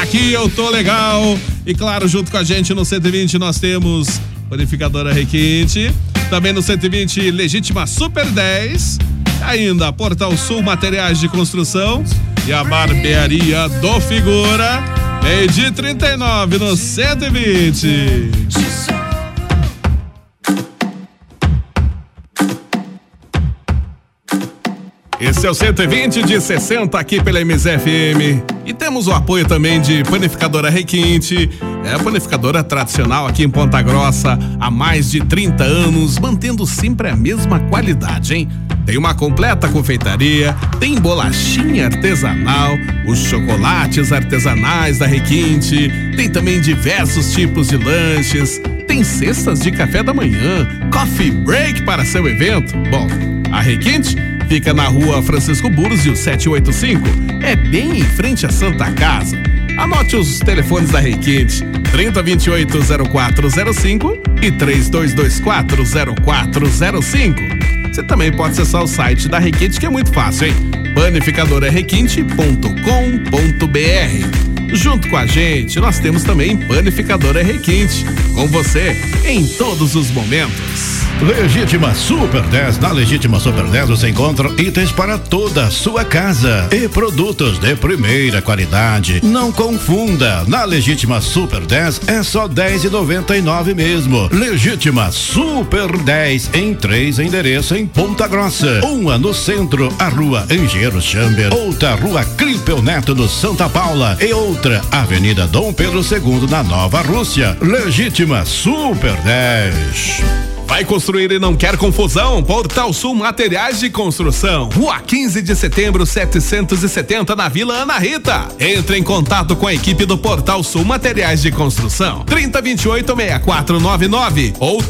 Speaker 2: Aqui eu tô legal. E claro, junto com a gente no 120 nós temos Panificadora Requinte. Também no 120, Legítima Super 10. Ainda Portal Sul Materiais de Construção. E a Barbearia do Figura. Meio dia 39 no 120. Esse é o 120 de 60 aqui pela MZFM. E temos o apoio também de Panificadora Requinte. É a panificadora tradicional aqui em Ponta Grossa há mais de 30 anos, mantendo sempre a mesma qualidade, hein? Tem uma completa confeitaria, tem bolachinha artesanal, os chocolates artesanais da Requinte, tem também diversos tipos de lanches, tem cestas de café da manhã, coffee break para seu evento. Bom, a Requinte Fica na rua Francisco Búrzio 785. É bem em frente à Santa Casa. Anote os telefones da Requinte: 3028-0405 e 3224-0405. Você também pode acessar o site da Requinte, que é muito fácil, hein? panificadorarequinte.com.br Junto com a gente, nós temos também Panificadora Requinte. Com você em todos os momentos.
Speaker 8: Legítima Super 10. Na Legítima Super 10 você encontra itens para toda a sua casa e produtos de primeira qualidade. Não confunda. Na Legítima Super 10 é só 10,99 mesmo. Legítima Super 10 em três endereços em Ponta Grossa. Uma no centro, a Rua Engenheiro Chamber, outra Rua Cripel Neto no Santa Paula e outra Avenida Dom Pedro II na Nova Rússia. Legítima Super 10.
Speaker 2: Vai construir e não quer confusão? Portal Sul Materiais de Construção. Rua 15 de setembro, 770, na Vila Ana Rita. Entre em contato com a equipe do Portal Sul Materiais de Construção. 3028-6499 ou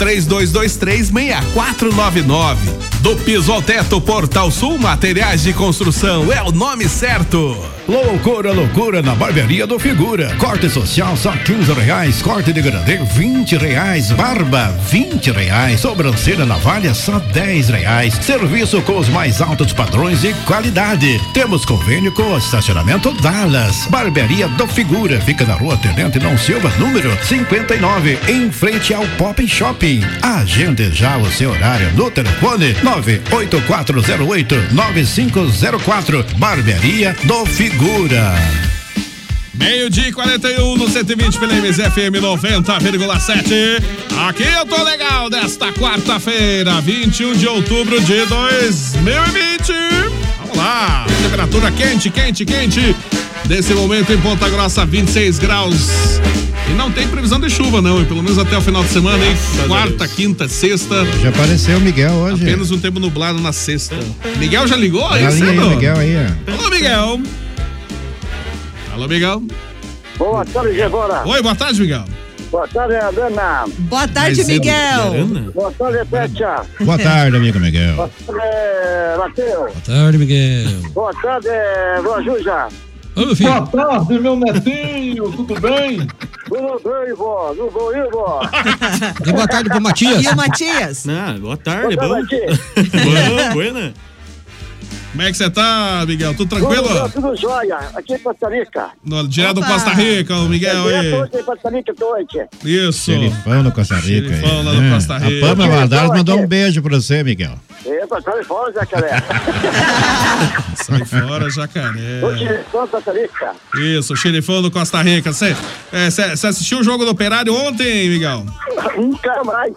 Speaker 2: 3223-6499. Do piso ao teto, Portal Sul Materiais de Construção. É o nome certo.
Speaker 8: Loucura, loucura na barbearia do Figura. Corte social só 15 reais. Corte de grande 20 reais. Barba 20 reais. Sobrancelha navalha só 10 reais. Serviço com os mais altos padrões e qualidade. Temos convênio com o estacionamento Dallas. Barbearia do Figura. Fica na rua Tenente Não Silva, número 59, em frente ao Pop Shopping. Agende já o seu horário no telefone 98408 9504. Barbearia do Figura.
Speaker 2: Meio-dia e 41 no 120 pela MZFM 90,7. Aqui eu tô legal desta quarta-feira, 21 de outubro de 2020. Vamos lá, temperatura quente, quente, quente. Nesse momento em Ponta Grossa, 26 graus. E não tem previsão de chuva, não, hein? pelo menos até o final de semana, hein? Quarta, quinta, sexta.
Speaker 8: Já apareceu o Miguel hoje.
Speaker 2: Apenas um tempo nublado na sexta. Miguel já ligou
Speaker 8: Dá
Speaker 2: aí,
Speaker 8: linha aí,
Speaker 2: cedo?
Speaker 8: Miguel aí, ó.
Speaker 2: Alô, Miguel. Alô, Miguel.
Speaker 20: Boa tarde, Gevora.
Speaker 2: Oi, boa tarde, Miguel.
Speaker 20: Boa tarde, Adana.
Speaker 7: Boa
Speaker 8: tarde, Mas é Miguel. Adriana?
Speaker 20: Boa tarde, Petia.
Speaker 8: Boa tarde, amigo Miguel.
Speaker 20: Boa tarde, Matheus.
Speaker 5: Boa tarde, Miguel.
Speaker 20: É, Boa tarde, é, Rojuja.
Speaker 11: Boa tarde, meu netinho, tudo bem?
Speaker 20: Tudo bem, vó? Não vou eu, vó?
Speaker 5: E boa tarde pro Matias.
Speaker 7: E o Matias?
Speaker 6: Não, boa tarde, bom.
Speaker 2: Boa, buena. Como é que você tá, Miguel? Tudo tranquilo?
Speaker 20: Tudo, tudo jóia. Aqui em Costa Rica.
Speaker 2: No, direto do Costa Rica, o Miguel
Speaker 20: Eu tô
Speaker 2: aí.
Speaker 20: aqui em Costa Rica, tô aqui.
Speaker 2: Isso.
Speaker 8: Xerifão da Costa Rica.
Speaker 2: Xerifão
Speaker 8: aí,
Speaker 2: lá do
Speaker 8: né?
Speaker 2: Costa Rica.
Speaker 8: A Pamela
Speaker 2: Xerifão
Speaker 8: Valadares
Speaker 2: aqui.
Speaker 8: mandou um beijo pra você, Miguel.
Speaker 20: Eu tô Califórnia, cara.
Speaker 2: Sai fora, jacaré.
Speaker 20: Hoje estou em Costa Rica.
Speaker 2: Isso, o xerifão do Costa Rica. Você é, cê- cê assistiu o jogo do Operário ontem, Miguel?
Speaker 20: Nunca mais.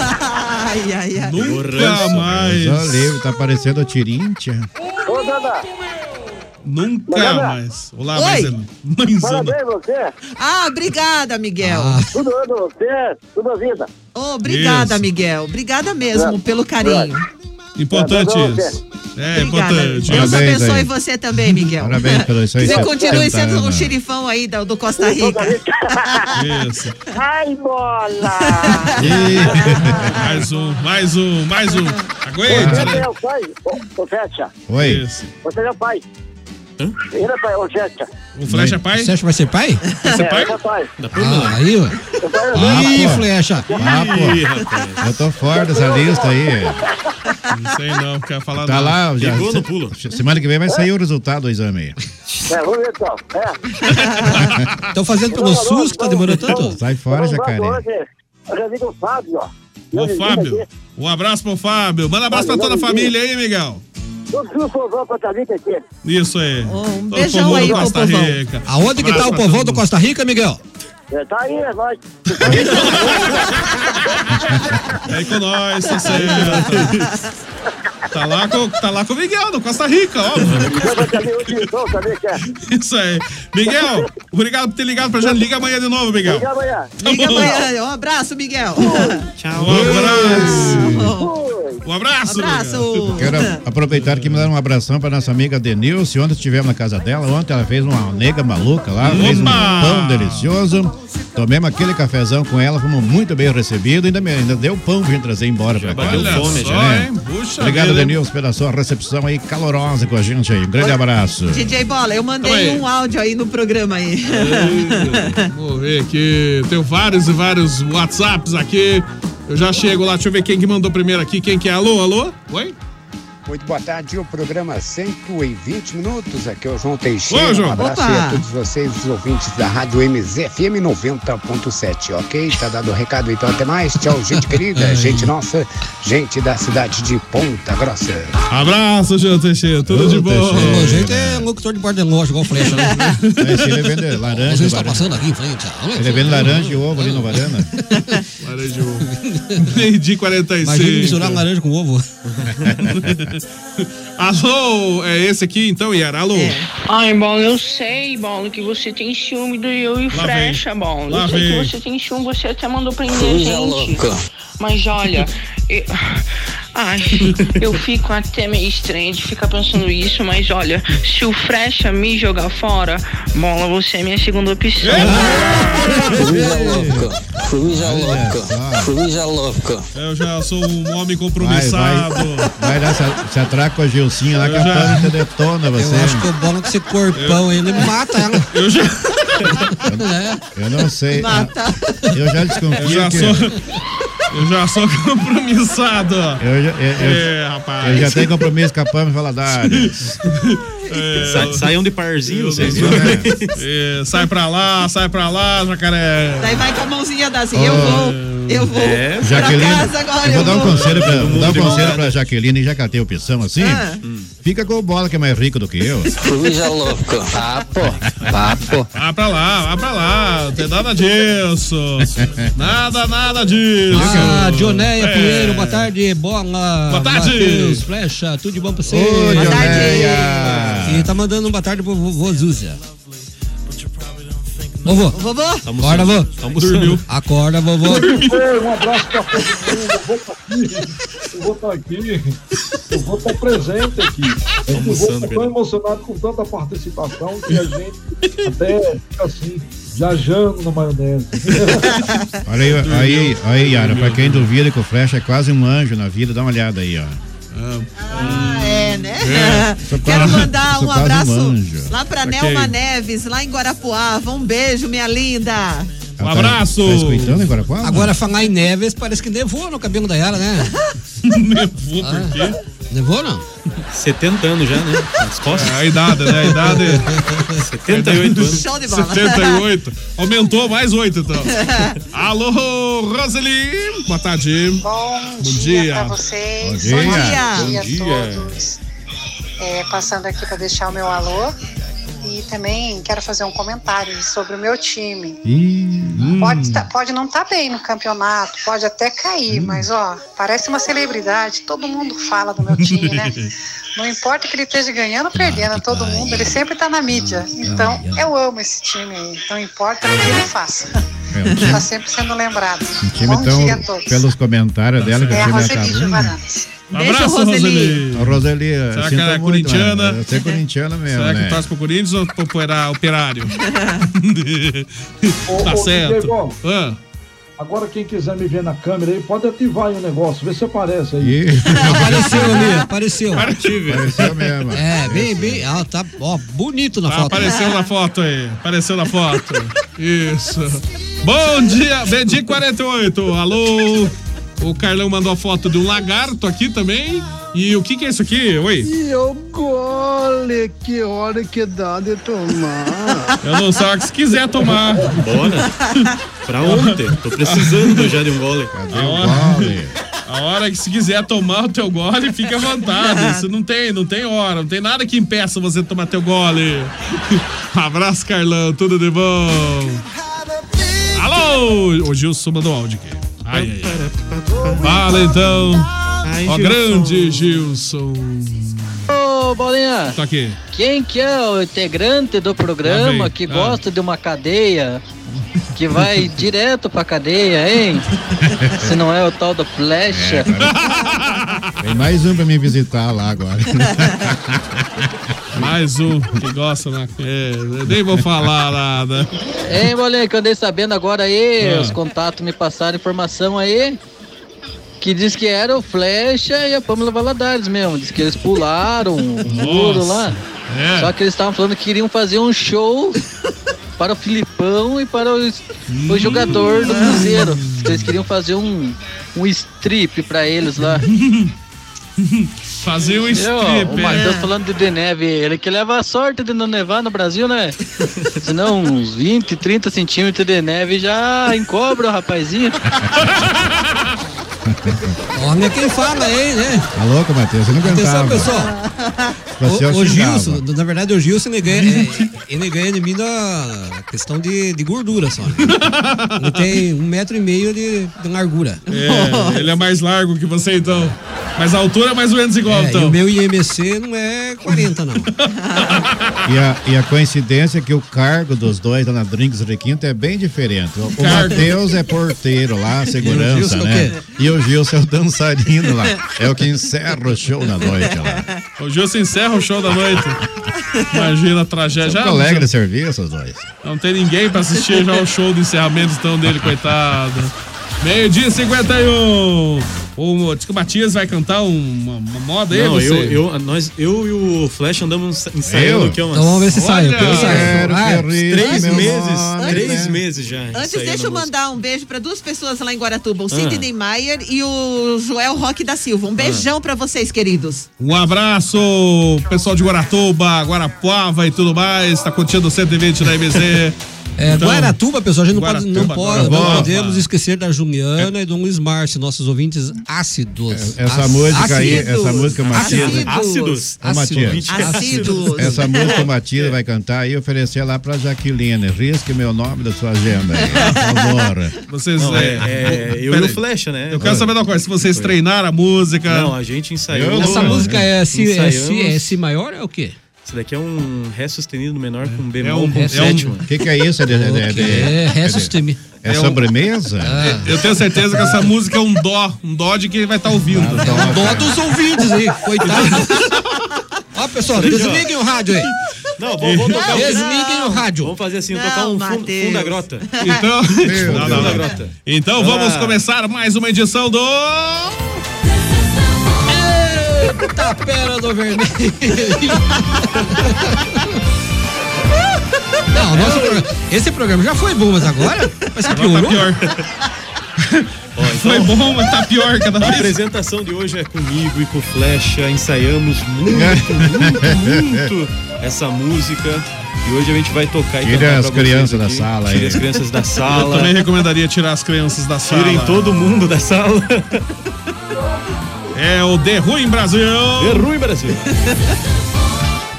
Speaker 7: Ai, ai, ai.
Speaker 2: Nunca mais.
Speaker 8: Só livre, tá parecendo a Tirintia.
Speaker 20: Ô, Dada.
Speaker 2: Nunca
Speaker 20: Dada.
Speaker 2: mais. Olá,
Speaker 7: Oi.
Speaker 2: Maisena. Maisena. Ah.
Speaker 20: Parabéns, você.
Speaker 7: Ah, obrigada, Miguel.
Speaker 20: Tudo bem com você? Tudo vida.
Speaker 7: Oh, obrigada,
Speaker 2: Isso.
Speaker 7: Miguel. Obrigada mesmo pelo carinho.
Speaker 2: Importante
Speaker 7: Parabéns,
Speaker 2: isso. É,
Speaker 7: Obrigada.
Speaker 2: importante.
Speaker 7: Deus
Speaker 8: Parabéns
Speaker 7: abençoe
Speaker 8: aí.
Speaker 7: você também, Miguel.
Speaker 8: Parabéns pelo isso aí,
Speaker 7: Você
Speaker 8: 70
Speaker 7: continue sendo
Speaker 2: né?
Speaker 7: um
Speaker 8: anos.
Speaker 7: xerifão aí do, do Costa Rica.
Speaker 2: Isso.
Speaker 20: Ai, bola.
Speaker 2: mais um, mais um, mais um. Aguente,
Speaker 20: Você
Speaker 2: né?
Speaker 20: é o pai? Ô, ô, Fecha.
Speaker 8: Oi.
Speaker 20: Você é o pai. Ele é pai, ô, Fecha.
Speaker 2: O Flecha é pai?
Speaker 5: Você acha que vai ser pai?
Speaker 2: Vai ser pai?
Speaker 20: Ele é pai.
Speaker 5: Ah, aí, ué. Ih, flecha.
Speaker 8: Ah,
Speaker 2: Ih,
Speaker 8: pô. Eu tô fora dessa lista aí.
Speaker 2: Não sei não, quer falar
Speaker 8: Tá
Speaker 2: não.
Speaker 8: lá, já.
Speaker 2: Pegou no pulo.
Speaker 8: Semana que vem vai sair o resultado do exame aí.
Speaker 20: É, vamos ver então. É.
Speaker 5: Estão fazendo pelo SUS que tá demorando tanto.
Speaker 8: Sai fora, jacaré.
Speaker 20: Eu já vi com o Fábio, ó.
Speaker 2: Ô, Fábio. Um abraço pro Fábio. Manda um abraço pra toda a família aí, Miguel.
Speaker 20: Tudo que o povão Costa Rica aqui.
Speaker 2: Isso aí.
Speaker 7: um
Speaker 2: Todo
Speaker 7: beijão
Speaker 2: povo do
Speaker 7: aí pro
Speaker 2: Costa
Speaker 7: povão.
Speaker 2: Rica.
Speaker 5: Aonde que tá
Speaker 2: Abraço
Speaker 5: o
Speaker 2: pra
Speaker 5: povão do Costa Rica, Miguel?
Speaker 20: É, tá aí, é nóis.
Speaker 2: Vem com nós, tá certo. Tá lá, com, tá lá com o Miguel, do Costa Rica, óbvio. Isso aí. Miguel, obrigado por ter ligado pra gente. Liga amanhã de novo, Miguel.
Speaker 20: Liga amanhã.
Speaker 2: Tá
Speaker 7: Liga
Speaker 2: bom.
Speaker 7: amanhã. Um abraço, Miguel.
Speaker 2: Tchau. Um
Speaker 7: abraço.
Speaker 2: Um abraço.
Speaker 7: abraço.
Speaker 8: Quero aproveitar que mandar um abração para nossa amiga Denilce. Ontem estivemos na casa dela. Ontem ela fez uma nega maluca lá, fez um
Speaker 2: Opa!
Speaker 8: pão delicioso. Tomemos aquele cafezão com ela, fomos muito bem recebidos. Ainda, me- ainda deu pão pra gente trazer embora pra cá.
Speaker 2: bateu fome já,
Speaker 8: É.
Speaker 2: hein? Puxa
Speaker 8: Obrigado,
Speaker 2: vida, hein?
Speaker 8: Denilson, pela sua recepção aí calorosa com a gente aí. Um grande abraço.
Speaker 7: DJ Bola, eu mandei
Speaker 2: Calma aí. É.
Speaker 7: um áudio aí no programa aí.
Speaker 2: Vou ver aqui. Tenho vários e vários WhatsApps aqui. Eu já chego lá. Deixa eu ver quem que mandou primeiro aqui. Quem que é? Alô, alô? Oi?
Speaker 12: Muito boa tarde, o programa 120 minutos. Aqui é o João Teixeira.
Speaker 2: Ô, João.
Speaker 12: Um abraço
Speaker 2: Opa.
Speaker 12: aí a todos vocês, os ouvintes da Rádio MZFM 90.7, ok? Tá dado o recado, então até mais. Tchau, gente querida, gente nossa, gente da cidade de Ponta Grossa.
Speaker 2: Abraço, João Teixeira. Tudo de bom.
Speaker 5: O jeito é locutor de borda loja, igual flecha, né?
Speaker 8: Esse ele vende laranja.
Speaker 5: Você está
Speaker 8: varanda.
Speaker 5: passando aqui em frente. ó.
Speaker 8: Ele vende laranja e ovo ali na varanda.
Speaker 2: Laranja Meio dia 46.
Speaker 5: Imagina misturar laranja com ovo.
Speaker 2: Alô, é esse aqui então, Yara? Alô?
Speaker 19: Ai, Bola, eu sei, Bola, que você tem ciúme do eu e o
Speaker 2: Lá
Speaker 19: Frecha,
Speaker 2: vem.
Speaker 19: Bola.
Speaker 2: Lá
Speaker 19: eu sei
Speaker 2: vem.
Speaker 19: que você tem ciúme, você até mandou prender a
Speaker 21: Coisa
Speaker 19: gente.
Speaker 21: louca.
Speaker 19: Mas olha, eu... Ai, eu fico até meio estranho de ficar pensando isso, mas olha, se o Frecha me jogar fora, Bola, você é minha segunda opção.
Speaker 21: Coisa louca. Coisa louca. Coisa louca.
Speaker 2: Eu já sou um homem compromissado.
Speaker 8: Vai lá, se se atraca com a Gilcinha lá, que a
Speaker 2: já-
Speaker 8: pânica detona você.
Speaker 5: Eu acho que o Bola com esse corpão aí, ele mata ela.
Speaker 2: Eu já...
Speaker 8: Eu não sei.
Speaker 2: Ah,
Speaker 8: ah. Eu já desconfio
Speaker 2: Eu já
Speaker 8: que-
Speaker 2: sou. Eu já sou compromissado.
Speaker 8: Eu já, eu- eu-
Speaker 2: é, rapaz.
Speaker 8: eu já tenho compromisso com a Pâmela Valadares.
Speaker 6: Sa- saiam de parzinho, vocês.
Speaker 2: É. Deus, É, sai pra lá, sai pra lá, jacaré.
Speaker 7: Daí vai com a mãozinha da assim, eu vou, eu vou
Speaker 2: É,
Speaker 7: pra
Speaker 8: Jaqueline,
Speaker 7: casa agora,
Speaker 8: eu
Speaker 7: eu,
Speaker 8: vou dar um conselho pra,
Speaker 2: Todo mundo
Speaker 8: dar um
Speaker 2: de mão
Speaker 8: conselho
Speaker 2: dada.
Speaker 8: pra Jaqueline, já que ela tem opção assim.
Speaker 7: Ah.
Speaker 8: Fica com o bola que é mais rico do que eu.
Speaker 21: Coisa louca. Papo. Papo.
Speaker 2: Vá pra lá, vá pra lá. Não tem nada disso. Nada, nada disso.
Speaker 5: Ah, Dionéia
Speaker 2: É.
Speaker 5: Pinheiro, boa tarde, bola.
Speaker 2: Boa tarde.
Speaker 5: Matheus, flecha, tudo de bom pra você.
Speaker 8: Ô,
Speaker 5: boa
Speaker 8: Dionéia.
Speaker 5: tarde. E tá mandando um boa tarde pro vovô Zúzia. Vovô.
Speaker 7: Vovô.
Speaker 5: Acorda, vovô.
Speaker 2: Dormiu.
Speaker 5: Acorda, vovô.
Speaker 11: Ei, um abraço pra todo mundo. Eu vou tá aqui. Eu vou estar aqui. Eu vou estar presente aqui. Eu
Speaker 6: almoçando,
Speaker 11: vou tão emocionado com tanta participação que a gente até fica assim, viajando na maionese.
Speaker 8: Olha aí, aí, aí, Yara, pra quem duvida que o Flecha é quase um anjo na vida, dá uma olhada aí, ó.
Speaker 7: Ah, é, né?
Speaker 8: Sou
Speaker 7: Quero
Speaker 8: quase-
Speaker 7: mandar
Speaker 8: sou
Speaker 7: um
Speaker 8: quase
Speaker 7: abraço
Speaker 8: anjo.
Speaker 7: lá pra
Speaker 8: Ok.
Speaker 7: Nelma Neves, lá em Guarapuava. Um beijo, minha linda.
Speaker 8: Um abraço! Tá escutando agora qual?
Speaker 5: Agora, falar em Neves, parece que nevou no cabelo da Yara, né?
Speaker 2: nevou
Speaker 5: por quê? Nevou não?
Speaker 6: 70 anos já, né? As costas.
Speaker 2: É, a idade, né? A idade.
Speaker 6: 78 anos.
Speaker 7: Show de bola.
Speaker 2: 78. Aumentou mais 8, então. Alô, Roseli. Boa tarde.
Speaker 22: Bom,
Speaker 2: Bom
Speaker 22: dia,
Speaker 2: dia.
Speaker 22: pra vocês.
Speaker 2: Bom dia.
Speaker 22: dia
Speaker 2: Bom dia.
Speaker 22: a todos. É, passando aqui para deixar o meu alô. E também quero fazer um comentário sobre o meu time.
Speaker 2: hum.
Speaker 17: Hum.
Speaker 22: Pode, tá- pode não estar bem no campeonato, pode até cair, mas ó, parece uma celebridade. Todo mundo fala do meu time, né? Não importa que ele esteja ganhando ou perdendo, todo mundo, ele sempre tá na mídia. Então, eu amo esse time aí. Não importa o que ele faça.
Speaker 8: É, um time-
Speaker 22: Tá sempre sendo lembrado.
Speaker 8: O time
Speaker 22: Bom
Speaker 8: tão,
Speaker 22: dia a todos.
Speaker 8: pelos comentários dela, que
Speaker 22: É
Speaker 8: o
Speaker 22: a
Speaker 8: time
Speaker 22: Roseli de Varandas.
Speaker 2: Abraço, Roseli.
Speaker 8: A Roseli,
Speaker 2: Será que
Speaker 8: sinto
Speaker 2: ela é
Speaker 8: muito,
Speaker 2: corintiana?
Speaker 8: mano. Você é corintiana mesmo,
Speaker 2: Será
Speaker 8: né?
Speaker 2: que tá- torce pro Corinthians ou pro Operá- operário?
Speaker 11: Ô,
Speaker 2: tá
Speaker 11: ô,
Speaker 2: certo.
Speaker 11: DJ Bola,
Speaker 2: Ah,
Speaker 11: Agora quem quiser me ver na câmera aí, pode ativar aí o negócio, vê se aparece aí.
Speaker 5: Ah, Apareceu ali, apareceu.
Speaker 8: Apareceu mesmo.
Speaker 5: É, bem, bem. Ah, tá ó, bonito na
Speaker 2: tá,
Speaker 5: foto.
Speaker 2: apareceu na foto aí. Apareceu na foto. Isso. Bom dia, Bedi 48. Alô. O Carlão mandou a foto de um lagarto aqui também. E o que que é isso aqui? Oi.
Speaker 23: E eu gole, que hora que dá de tomar.
Speaker 2: Eu não sei o que se quiser tomar.
Speaker 6: Bora. Pra ontem. Tô precisando já de um gole.
Speaker 8: Cadê o gole?
Speaker 2: A hora que se quiser tomar o teu gole, fica à vontade. Isso não tem, não tem hora, não tem nada que impeça você de tomar teu gole. Abraço, Carlão, tudo de bom. Alô! O Gilson mandou um áudio aqui. Ai, ai. Fala então. Ó, grande Gilson.
Speaker 14: Ô, Bolinha,
Speaker 2: Tá aqui.
Speaker 14: quem que é o integrante do
Speaker 2: Lá
Speaker 14: programa
Speaker 2: vem.
Speaker 14: que
Speaker 2: Ah.
Speaker 14: gosta de uma cadeia, que vai direto pra cadeia, hein? Se não é o tal do
Speaker 2: É,
Speaker 14: Flecha.
Speaker 8: Tem mais um pra me visitar lá agora.
Speaker 2: Mais um que gosta na. É, eu nem vou falar nada.
Speaker 14: Hein, Bolinha, que É, eu andei sabendo agora aí,
Speaker 2: Ah.
Speaker 14: os contatos me passaram informação aí, que diz que era o Flecha e a Pâmela Valadares mesmo. Diz que eles pularam um muro lá.
Speaker 2: é.
Speaker 14: Só que eles estavam falando que queriam fazer um show para o Filipão e para os- o, jogador do Cruzeiro. Diz que Eles queriam fazer um, um strip para eles lá.
Speaker 2: Fazer um
Speaker 14: Meu,
Speaker 2: strip,
Speaker 14: o Matheus
Speaker 2: é.
Speaker 14: falando de Deneve, ele que leva a sorte de não nevar no Brasil, né? Senão uns 20, 30 centímetros de neve já encobra o rapazinho.
Speaker 5: Olha quem fala, hein, né?
Speaker 8: Tá louco, Matheus? Você não aguentava.
Speaker 5: Atenção, pessoal.
Speaker 8: Você
Speaker 5: O, o
Speaker 8: oscilava.
Speaker 5: Gilson, na verdade, o Gilson ele ganha, é, ele ganha de mim na questão de, de gordura só. né? Ele tem um metro e meio de, de largura.
Speaker 2: É, ele é mais largo que você, então. Mas a altura é mais ou menos igual,
Speaker 5: É, e
Speaker 2: então.
Speaker 5: o meu IMC não é 40, não.
Speaker 8: E a, e a coincidência é que o cargo dos dois lá na Drinks Requinto é bem diferente. O, o
Speaker 5: Cargo.
Speaker 8: Matheus é porteiro lá,
Speaker 5: E o
Speaker 8: segurança,
Speaker 5: Gilson é o
Speaker 8: né? E o Gilson é o dançarino lá. É o que encerra o show na noite lá.
Speaker 2: O Gilson encerra o show da noite. Imagina a tragédia.
Speaker 8: São
Speaker 2: Já-
Speaker 8: colega de É um serviço, os dois.
Speaker 2: Não tem ninguém pra assistir já o show do encerramento então dele, coitado. Meio-dia e 51. O, diz que o Matias vai cantar um, uma, uma moda aí,
Speaker 6: Não,
Speaker 2: você?
Speaker 6: eu, eu, nós, eu e o Flash andamos ensa-
Speaker 2: Eu?
Speaker 6: ensaiando aqui. há umas-
Speaker 2: Então vamos ver se sai,
Speaker 6: Olha,
Speaker 2: o teu sai.
Speaker 6: quero
Speaker 5: Ah,
Speaker 2: Vai.
Speaker 6: que ri, Três
Speaker 2: meu
Speaker 6: meses,
Speaker 2: nome,
Speaker 6: três
Speaker 2: né?
Speaker 6: meses já.
Speaker 7: Antes,
Speaker 6: ensaiando
Speaker 7: deixa eu
Speaker 6: a música.
Speaker 7: mandar um beijo para duas pessoas lá em Guaratuba, o
Speaker 2: Ah.
Speaker 7: Sidney Maier e o Joel Roque da Silva. Um beijão pra vocês, queridos.
Speaker 2: Um abraço, pessoal de Guaratuba, Guarapuava e tudo mais. Tá curtindo o 120 da MZ.
Speaker 5: É, Guaratuba, pessoal, a gente não, pode, não,
Speaker 2: Guaratuba,
Speaker 5: pode, não
Speaker 2: Guaratuba.
Speaker 5: podemos esquecer da Juliana e do Luiz Márcio, nossos ouvintes ácidos.
Speaker 8: É, essa música aí, essa
Speaker 2: é
Speaker 8: música, Matias.
Speaker 5: Ácidos.
Speaker 8: Ô, Matias. Essa música o Matias vai cantar e oferecer lá pra Jaqueline. Risque meu nome da sua agenda. aí. Por favor.
Speaker 2: Vocês, Ah,
Speaker 6: Não, é- é- eu e o
Speaker 2: peraí.
Speaker 6: Flecha, né?
Speaker 2: Eu quero saber de uma coisa, se vocês treinaram a música.
Speaker 6: Não, a gente ensaiou.
Speaker 5: Essa música é si, é, si,
Speaker 6: Ensaiamos.
Speaker 5: é si maior é o quê?
Speaker 6: Isso daqui é um Ré sustenido menor com bemol
Speaker 5: um-
Speaker 6: com
Speaker 5: é um-
Speaker 6: sétima.
Speaker 8: O que, que é isso? É, de- é, de- é, de-
Speaker 5: É, Ah.
Speaker 8: é de-
Speaker 5: Ressuscite-me.
Speaker 8: é sobremesa?
Speaker 2: Eu tenho certeza que essa música é um dó, um dó de quem vai estar ouvindo.
Speaker 5: um dó dos ouvindos aí, coitado.
Speaker 2: Ah,
Speaker 5: Ó, pessoal, desliguem o rádio aí.
Speaker 6: Não, vamos, vamos tocar um-
Speaker 5: Desliguem o rádio.
Speaker 6: Vamos fazer assim,
Speaker 5: Não,
Speaker 6: tocar um fundo,
Speaker 5: Mateus.
Speaker 6: fundo da grota.
Speaker 2: Então, Não,
Speaker 6: Meu Deus.
Speaker 2: não, não.
Speaker 6: Da grota.
Speaker 2: então vamos começar mais uma edição do.
Speaker 5: Eita, pera do vermelho. Não, o nosso programa- esse programa já foi bom, mas agora vai ser
Speaker 2: Agora
Speaker 5: pior.
Speaker 2: tá Foi bom, mas tá pior cada
Speaker 6: então, A
Speaker 2: vez.
Speaker 6: apresentação de hoje é comigo e com o Flecha. Ensaiamos muito, muito, muito essa música. E hoje a gente vai tocar e
Speaker 8: Tira
Speaker 6: cantar
Speaker 8: as
Speaker 6: pra vocês
Speaker 8: crianças da
Speaker 6: aqui.
Speaker 8: sala
Speaker 6: Tire
Speaker 8: aí.
Speaker 6: as crianças da
Speaker 2: Eu
Speaker 6: sala.
Speaker 2: também recomendaria tirar as crianças da sala.
Speaker 6: Tirem todo mundo da sala.
Speaker 2: É o The Ruim Brasil. The
Speaker 6: Ruim Brasil.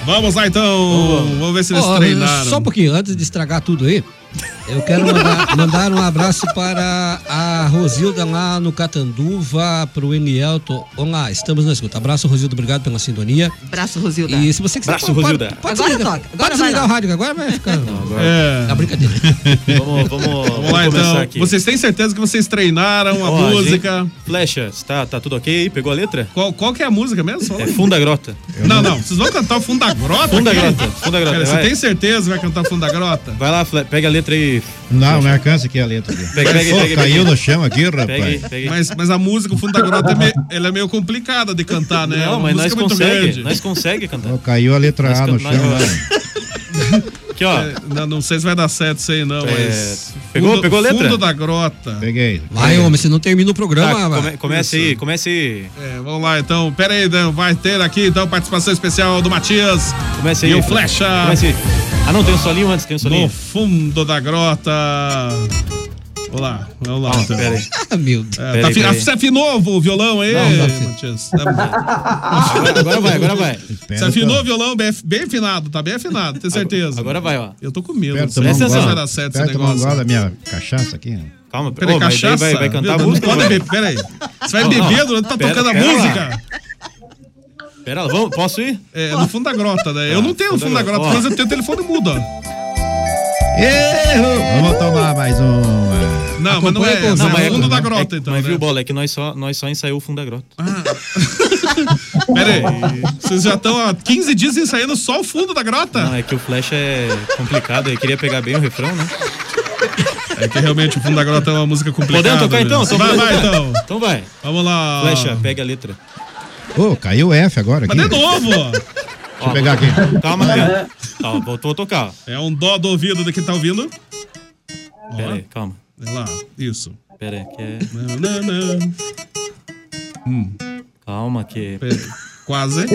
Speaker 2: Vamos lá então. Vamos ver se eles
Speaker 5: Ó,
Speaker 2: treinaram.
Speaker 5: Só um pouquinho, antes de estragar tudo aí, eu quero mandar, mandar um abraço para a Rosilda lá no Catanduva, para o Enielto. Olá, estamos na escuta. Abraço, Rosilda, obrigado pela sintonia.
Speaker 7: Abraço, Rosilda.
Speaker 5: E se você quiser.
Speaker 6: Abraço, Rosilda.
Speaker 5: Pode
Speaker 7: Agora
Speaker 5: desligar,
Speaker 7: toca,
Speaker 5: pode
Speaker 7: agora vai
Speaker 5: desligar
Speaker 7: lá.
Speaker 5: o rádio, que agora vai ficar.
Speaker 2: É.
Speaker 5: Tá brincadeira.
Speaker 6: Vamos, vamos,
Speaker 2: Vamos lá
Speaker 6: começar
Speaker 2: então.
Speaker 6: aqui.
Speaker 2: Vocês têm certeza que vocês treinaram a
Speaker 6: Ó, gente,
Speaker 2: música?
Speaker 6: Flecha, tá, tá tudo ok? Pegou a letra?
Speaker 2: Qual, qual que é a música mesmo?
Speaker 6: É Fundo da Grota.
Speaker 2: Não, não. Vocês vão cantar o Fundo da Grota?
Speaker 6: Fundo da
Speaker 2: aqui?
Speaker 6: Grota, Fundo da Grota,
Speaker 2: Cara, você
Speaker 6: vai.
Speaker 2: tem certeza que vai cantar o Fundo da Grota?
Speaker 6: Vai lá, Fle- pega a letra aí.
Speaker 8: Não, não alcança aqui a letra. dele.
Speaker 6: Pega, pega,
Speaker 8: Pô,
Speaker 6: pega,
Speaker 8: caiu
Speaker 6: pega.
Speaker 8: no chão aqui, rapaz.
Speaker 2: Mas, mas a música, o Fundo da Grota, é meio, ela é meio complicada de cantar, né? É uma
Speaker 6: Não, mas nós
Speaker 2: música muito
Speaker 6: consegue,
Speaker 2: grande.
Speaker 6: nós consegue cantar.
Speaker 8: Pô, caiu a letra A no
Speaker 6: Nós-
Speaker 8: chão. né? lá.
Speaker 6: Aqui, ó.
Speaker 2: É, não, não sei se vai dar certo isso aí, não,
Speaker 6: É,
Speaker 2: mas.
Speaker 6: pegou-
Speaker 2: fundo,
Speaker 6: pegou a letra?
Speaker 2: Fundo da grota.
Speaker 8: Peguei.
Speaker 5: Vai, homem, você não termina o programa.
Speaker 6: Tá,
Speaker 5: vai.
Speaker 6: come- começa aí, começa aí.
Speaker 2: É, vamos lá então. Pera aí, Dan, vai ter aqui então participação especial do Matias.
Speaker 6: Começa aí.
Speaker 2: E o
Speaker 6: Fle-
Speaker 2: Flecha.
Speaker 6: Começa aí. Ah, não, tem um solinho antes, tem um
Speaker 2: No
Speaker 6: solinho.
Speaker 2: fundo da grota. Vamos lá, vamos lá.
Speaker 6: Ah,
Speaker 2: então.
Speaker 6: peraí.
Speaker 2: Ah, meu Deus.
Speaker 6: Peraí,
Speaker 2: tá, fi-
Speaker 6: peraí.
Speaker 2: Você afinou o violão aí,
Speaker 6: Não, não afinei.
Speaker 2: Matias? Tá bom.
Speaker 6: Agora- agora vai, agora vai.
Speaker 2: Você afinou o violão bem, af- bem afinado, tá bem afinado, tenho certeza. Agora vai, ó. Eu tô com medo.
Speaker 8: Perto
Speaker 2: Presta atenção. Vai
Speaker 8: da
Speaker 2: dar certo esse negócio.
Speaker 8: da minha cachaça aqui. né?
Speaker 6: Calma,
Speaker 2: Peraí,
Speaker 6: Ô, mas daí
Speaker 2: cachaça.
Speaker 6: vai- vai cantar a
Speaker 2: Não
Speaker 6: música,
Speaker 2: Pode
Speaker 6: vai?
Speaker 2: beber, peraí. Você vai
Speaker 6: Não, não.
Speaker 2: beber durante tá
Speaker 6: Pera-
Speaker 2: tocando a
Speaker 6: pera lá.
Speaker 2: música?
Speaker 6: Pera lá, vamos, posso ir? Tá,
Speaker 2: É, no fundo da grota, né? Eu não tenho no fundo da grota, mas eu tenho o telefone mudo, ó.
Speaker 8: Erro! Vamos tomar mais uma.
Speaker 2: Não, mas não é.
Speaker 8: Acompanha com
Speaker 2: não,
Speaker 8: os
Speaker 2: mas é
Speaker 8: amigos,
Speaker 2: fundo
Speaker 8: né?
Speaker 2: da grota, então.
Speaker 6: Mas
Speaker 2: né? Ah.
Speaker 6: viu, Bola, é que nós só, nós só ensaiou o fundo da grota.
Speaker 2: Pera aí. Vocês já estão há 15 dias ensaiando só o fundo da grota?
Speaker 6: Não, é que o flash é complicado, eu queria pegar bem o refrão, né?
Speaker 2: É que realmente o fundo da grota é uma música complicada.
Speaker 6: Podemos tocar
Speaker 2: mesmo.
Speaker 6: então? Então
Speaker 2: Vai, vai
Speaker 6: vamos tocar.
Speaker 2: então.
Speaker 6: Então vai.
Speaker 2: Vamos lá.
Speaker 6: Flecha, pega a letra.
Speaker 8: Ô, caiu o F agora aqui.
Speaker 2: Mas de novo, ó.
Speaker 8: Deixa eu pegar aqui.
Speaker 6: Calma, calma. Ó, voltou a tocar.
Speaker 2: É um dó do ouvido do que tá ouvindo.
Speaker 6: ó. Pera aí, calma.
Speaker 2: Vai lá, isso.
Speaker 6: Pera aí, que é...
Speaker 2: Não, não, não.
Speaker 6: Calma que...
Speaker 2: Hum. Quase.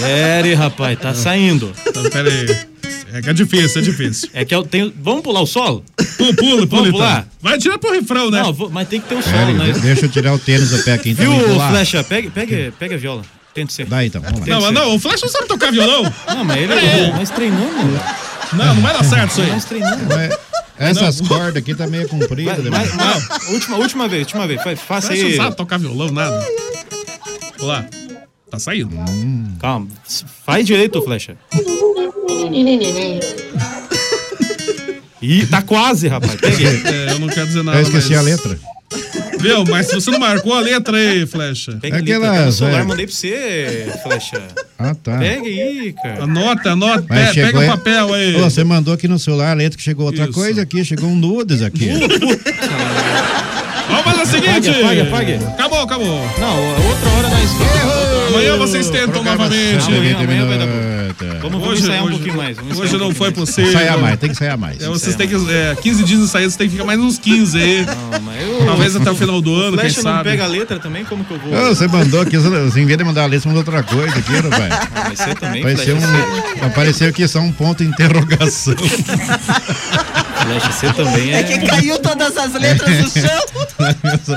Speaker 6: Pera aí, rapaz, tá saindo.
Speaker 2: Então, pera aí. É que é difícil, é difícil.
Speaker 6: É que eu tenho... Vamos pular o solo?
Speaker 2: Pula, pula,
Speaker 6: Vamos
Speaker 2: então.
Speaker 6: pular?
Speaker 2: Vai tirar pro refrão, né?
Speaker 6: Não, vou- mas tem que ter o
Speaker 8: Pera
Speaker 6: solo,
Speaker 8: aí,
Speaker 6: né?
Speaker 8: de- Deixa eu tirar o tênis do pé aqui então.
Speaker 6: Viu,
Speaker 8: e pular.
Speaker 6: Flecha? Pega, pega, pega a viola. Tenta ser.
Speaker 8: Dá então, vamos lá.
Speaker 2: Não, mas não, o Flash não sabe tocar violão.
Speaker 6: Não, mas ele- nós treinamos.
Speaker 2: Não, não é vai dar certo isso aí.
Speaker 6: Nós treinamos.
Speaker 8: Mas é. Essas cordas aqui tá meio comprida. né?
Speaker 6: Vai, vai. Última, última vez, última vez. Fa- Faça
Speaker 2: Flash
Speaker 6: aí.
Speaker 2: não sabe tocar violão, nada. Vamos lá. Tá saindo.
Speaker 6: Calma. S- Faz direito, Flecha. Ih, tá quase, rapaz. Pega aí.
Speaker 2: É, eu não quero dizer nada.
Speaker 8: Eu esqueci
Speaker 2: mas-
Speaker 8: a letra.
Speaker 2: Viu, mas se você não marcou a letra aí, Flecha.
Speaker 6: Pega ali,
Speaker 8: Aquelas,
Speaker 6: tá no celular,
Speaker 8: é.
Speaker 6: mandei pra você, Flecha.
Speaker 8: Ah, tá.
Speaker 6: Pega aí, cara.
Speaker 2: É. Anota, anota,
Speaker 8: Mas
Speaker 2: pe- pega
Speaker 8: chegou
Speaker 2: o
Speaker 8: aí-
Speaker 2: papel aí.
Speaker 8: Ô, Você mandou aqui no celular a letra que chegou outra
Speaker 2: Isso.
Speaker 8: coisa aqui, chegou um nudes aqui.
Speaker 2: Vamos fazer é o seguinte.
Speaker 6: Apague, apague, apague.
Speaker 2: Acabou, acabou.
Speaker 6: Não, é outra hora nós.
Speaker 2: Amanhã vocês tentam novamente.
Speaker 6: Amanhã, amanhã vai dar bom.
Speaker 8: Eita.
Speaker 6: Vamos, vamos
Speaker 2: Hoje-
Speaker 6: ensaiar um
Speaker 2: hoje-
Speaker 6: pouquinho mais. vamos
Speaker 2: Hoje
Speaker 6: ensaiar um
Speaker 2: não
Speaker 6: pouquinho
Speaker 2: foi
Speaker 6: mais.
Speaker 8: Tem que
Speaker 2: possível.
Speaker 8: Ensaiar mais, tem que ensaiar mais.
Speaker 2: É, vocês têm que. É, 15 dias ensaiados, tem que ficar mais uns 15 aí.
Speaker 6: Não, mas eu-
Speaker 2: Talvez até o final do ano, quem
Speaker 6: Flecha não
Speaker 2: sabe.
Speaker 6: pega a letra também? Como que eu vou?
Speaker 8: Ô, você mandou aqui, você, em vez de mandar a letra, você mandou outra coisa aqui, rapaz.
Speaker 6: Ah, mas você também,
Speaker 8: Apareceu,
Speaker 6: Flecha.
Speaker 8: um, apareceu aqui só um ponto de interrogação.
Speaker 6: Flecha, você também é.
Speaker 7: É que caiu todas as letras no
Speaker 2: É.
Speaker 7: chão.
Speaker 8: só
Speaker 6: vai
Speaker 8: só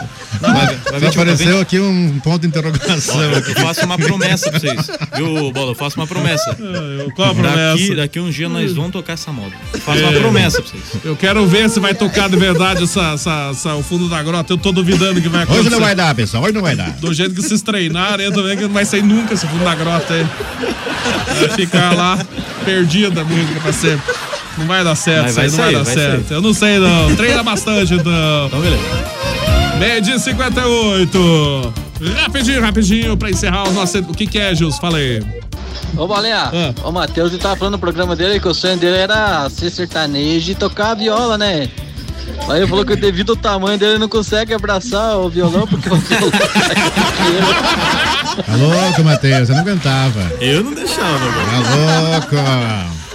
Speaker 6: ver,
Speaker 8: apareceu
Speaker 6: vai
Speaker 8: aqui um ponto de interrogação.
Speaker 6: Ó, eu faço uma promessa pra vocês. Viu, Bola? Eu faço uma promessa.
Speaker 8: Ah,
Speaker 2: Qual a
Speaker 6: Daqui,
Speaker 2: promessa?
Speaker 6: daqui um dia nós vamos tocar essa moda. Eu faço
Speaker 2: É.
Speaker 6: uma promessa pra vocês.
Speaker 2: Eu quero ver se vai tocar de verdade essa, essa, essa- o fundo da grota. Eu tô duvidando que vai acontecer.
Speaker 8: Hoje não vai dar, pessoal, hoje não vai dar.
Speaker 2: Do jeito que vocês treinaram, eu tô vendo que não vai sair nunca esse fundo da grota aí. Vai ficar lá perdida a música pra sempre. Não vai dar certo,
Speaker 6: Mas
Speaker 2: isso aí não vai dar
Speaker 6: vai sair, vai
Speaker 2: certo.
Speaker 6: sair.
Speaker 2: Eu não sei não. Treina bastante então.
Speaker 6: Então, beleza.
Speaker 2: Meio dia e 58. Rapidinho, rapidinho, pra encerrar o nosso. O que, que é, Gilson? Fala aí.
Speaker 14: Ô, Balinha, ô, Matheus, ele tava falando no programa dele que o sonho dele era ser sertanejo e tocar a viola, né? Aí ele falou que devido ao tamanho dele, ele não consegue abraçar o violão porque o violão
Speaker 8: Tá louco, Matheus, você não aguentava.
Speaker 6: Eu não deixava,
Speaker 8: Tá louco.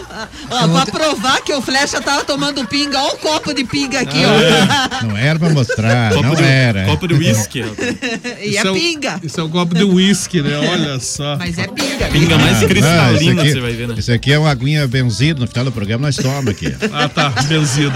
Speaker 7: Ó, pra provar que o Flecha tava tomando pinga, ó o copo de pinga aqui,
Speaker 8: Não era pra mostrar,
Speaker 6: Copo
Speaker 8: não
Speaker 6: de-
Speaker 8: era.
Speaker 6: copo de whisky. ó.
Speaker 7: ó. E
Speaker 2: Isso é
Speaker 7: a
Speaker 2: um-
Speaker 7: pinga.
Speaker 2: Isso é um copo de uísque, né? Olha só.
Speaker 7: Mas é pinga.
Speaker 6: Pinga mais
Speaker 8: Ah,
Speaker 6: cristalina,
Speaker 8: não, isso aqui-
Speaker 6: você vai ver, né?
Speaker 8: Isso aqui é uma aguinha benzida, no final do programa nós tomamos aqui.
Speaker 2: Ah, tá. Benzido.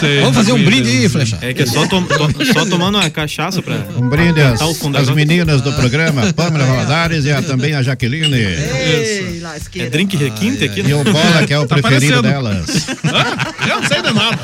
Speaker 2: Sei,
Speaker 5: Vamos fazer um
Speaker 2: Benzido.
Speaker 5: brinde aí, Flecha.
Speaker 6: É que é só, tom- to- só tomando uma cachaça pra.
Speaker 8: Um brinde às,
Speaker 6: Tá o fundo
Speaker 8: às
Speaker 6: agora.
Speaker 8: meninas do programa, Pâmela Valadares e a- também a Jaqueline.
Speaker 7: Ei,
Speaker 6: É
Speaker 7: lasqueira.
Speaker 6: drink requinte aqui? né?
Speaker 8: E o Bola, que é o
Speaker 2: Tá
Speaker 8: preferido
Speaker 2: parecendo.
Speaker 8: delas.
Speaker 2: Eu não sei de nada.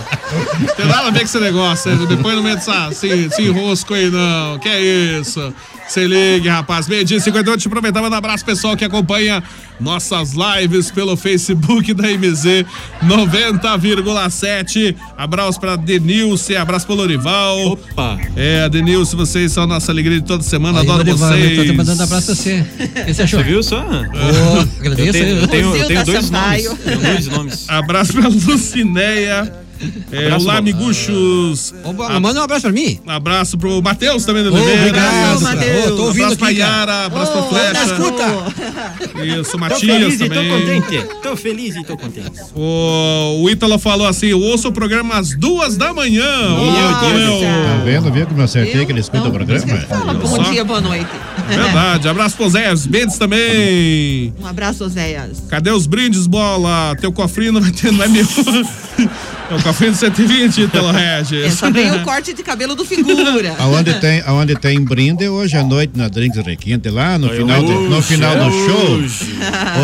Speaker 2: Tem nada a ver com esse negócio. né? Depois não mete essa- esse, esse enrosco aí, não. Que é isso? Se ligue, rapaz. Meio dia e 58. Te aproveitar, manda um abraço pessoal que acompanha nossas lives pelo Facebook da MZ 90,7. Abraço pra Denilce, abraço pro Lorival.
Speaker 6: Opa!
Speaker 2: É, Denilce, vocês são a nossa alegria de toda semana.
Speaker 5: Aí,
Speaker 2: adoro
Speaker 5: Lorival, eu tô
Speaker 2: vocês.
Speaker 5: mandando abraço a você. é O que você achou?
Speaker 6: Você viu só?
Speaker 5: Ô, agradeço.
Speaker 6: tenho-
Speaker 5: aí,
Speaker 6: eu tenho- eu tenho
Speaker 7: Rosilda
Speaker 6: dois nomes.
Speaker 7: Sampaio.
Speaker 6: Tenho dois nomes.
Speaker 2: Abraço pra Lucineia. É,
Speaker 6: Abraço,
Speaker 2: olá,
Speaker 6: Bola.
Speaker 2: amiguchos.
Speaker 5: Ô, Bola, manda um abraço pra mim.
Speaker 2: Abraço pro Matheus também do
Speaker 5: Ô,
Speaker 2: Oliveira.
Speaker 5: obrigado,
Speaker 2: Abraço,
Speaker 5: Matheus. Ô, tô ouvindo
Speaker 2: abraço pra
Speaker 5: aqui, cara.
Speaker 2: Yara, abraço pra
Speaker 7: Ô, na
Speaker 2: Flecha.
Speaker 7: escuta.
Speaker 2: Isso, Matias também.
Speaker 6: contente. Tô feliz e tô contente.
Speaker 2: O, o Ítalo falou assim: eu ouço o programa às duas da manhã.
Speaker 7: Nossa.
Speaker 2: Ô,
Speaker 8: Tá
Speaker 2: meu.
Speaker 8: vendo? Viu como eu acertei que ele escuta o
Speaker 7: Não, por isso que
Speaker 8: programa?
Speaker 7: ele Fala,
Speaker 2: Só-
Speaker 7: bom dia, boa noite.
Speaker 2: Verdade. Abraço pro Zé Bentes também.
Speaker 7: Um abraço, Oséias.
Speaker 2: Cadê os brindes, bola? Teu cofrinho não vai ter, não é meu. É o café do 120, Telo Regis.
Speaker 7: É só vem o corte de cabelo do figura.
Speaker 8: Aonde tem, aonde tem brinde hoje à noite na Drinks Requinte, lá no
Speaker 2: É
Speaker 8: final, do, no
Speaker 2: hoje,
Speaker 8: final
Speaker 2: é
Speaker 8: do show,
Speaker 2: hoje.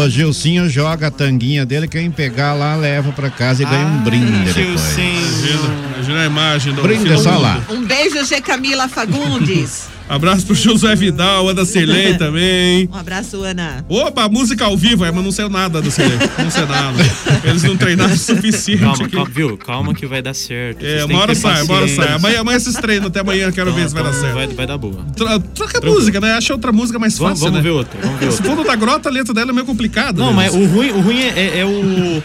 Speaker 8: o Gilcinho joga a tanguinha dele, quem pegar lá leva pra casa e ganha um
Speaker 2: Ah,
Speaker 8: brinde depois.
Speaker 2: Imagina, imagina a imagem do
Speaker 8: Brinde
Speaker 2: fim do
Speaker 8: só
Speaker 2: mundo.
Speaker 8: lá.
Speaker 7: Um beijo, G. Camila Fagundes.
Speaker 2: Abraço pro José Vidal, Ana Cirlei também.
Speaker 7: Um abraço, Ana.
Speaker 2: Opa, música ao vivo, é, mas não saiu nada da Cirlei. Não saiu nada. Eles não treinaram o suficiente.
Speaker 6: Calma,
Speaker 2: aqui.
Speaker 6: calma, viu? Calma que vai dar certo.
Speaker 2: É, uma hora sai, uma hora sai. Amanhã, amanhã vocês treinam, até amanhã, quero ver se vai dar certo.
Speaker 6: Então, Vai, vai dar boa.
Speaker 2: Tro- troca a música, né? Acha outra música mais
Speaker 6: Vamos-
Speaker 2: fácil,
Speaker 6: vamos
Speaker 2: né?
Speaker 6: ver outra, vamos ver
Speaker 2: Esse
Speaker 6: outra.
Speaker 2: fundo da grota, a letra dela é meio complicada.
Speaker 6: Não,
Speaker 2: né?
Speaker 6: mas o ruim, o ruim é, é- é o.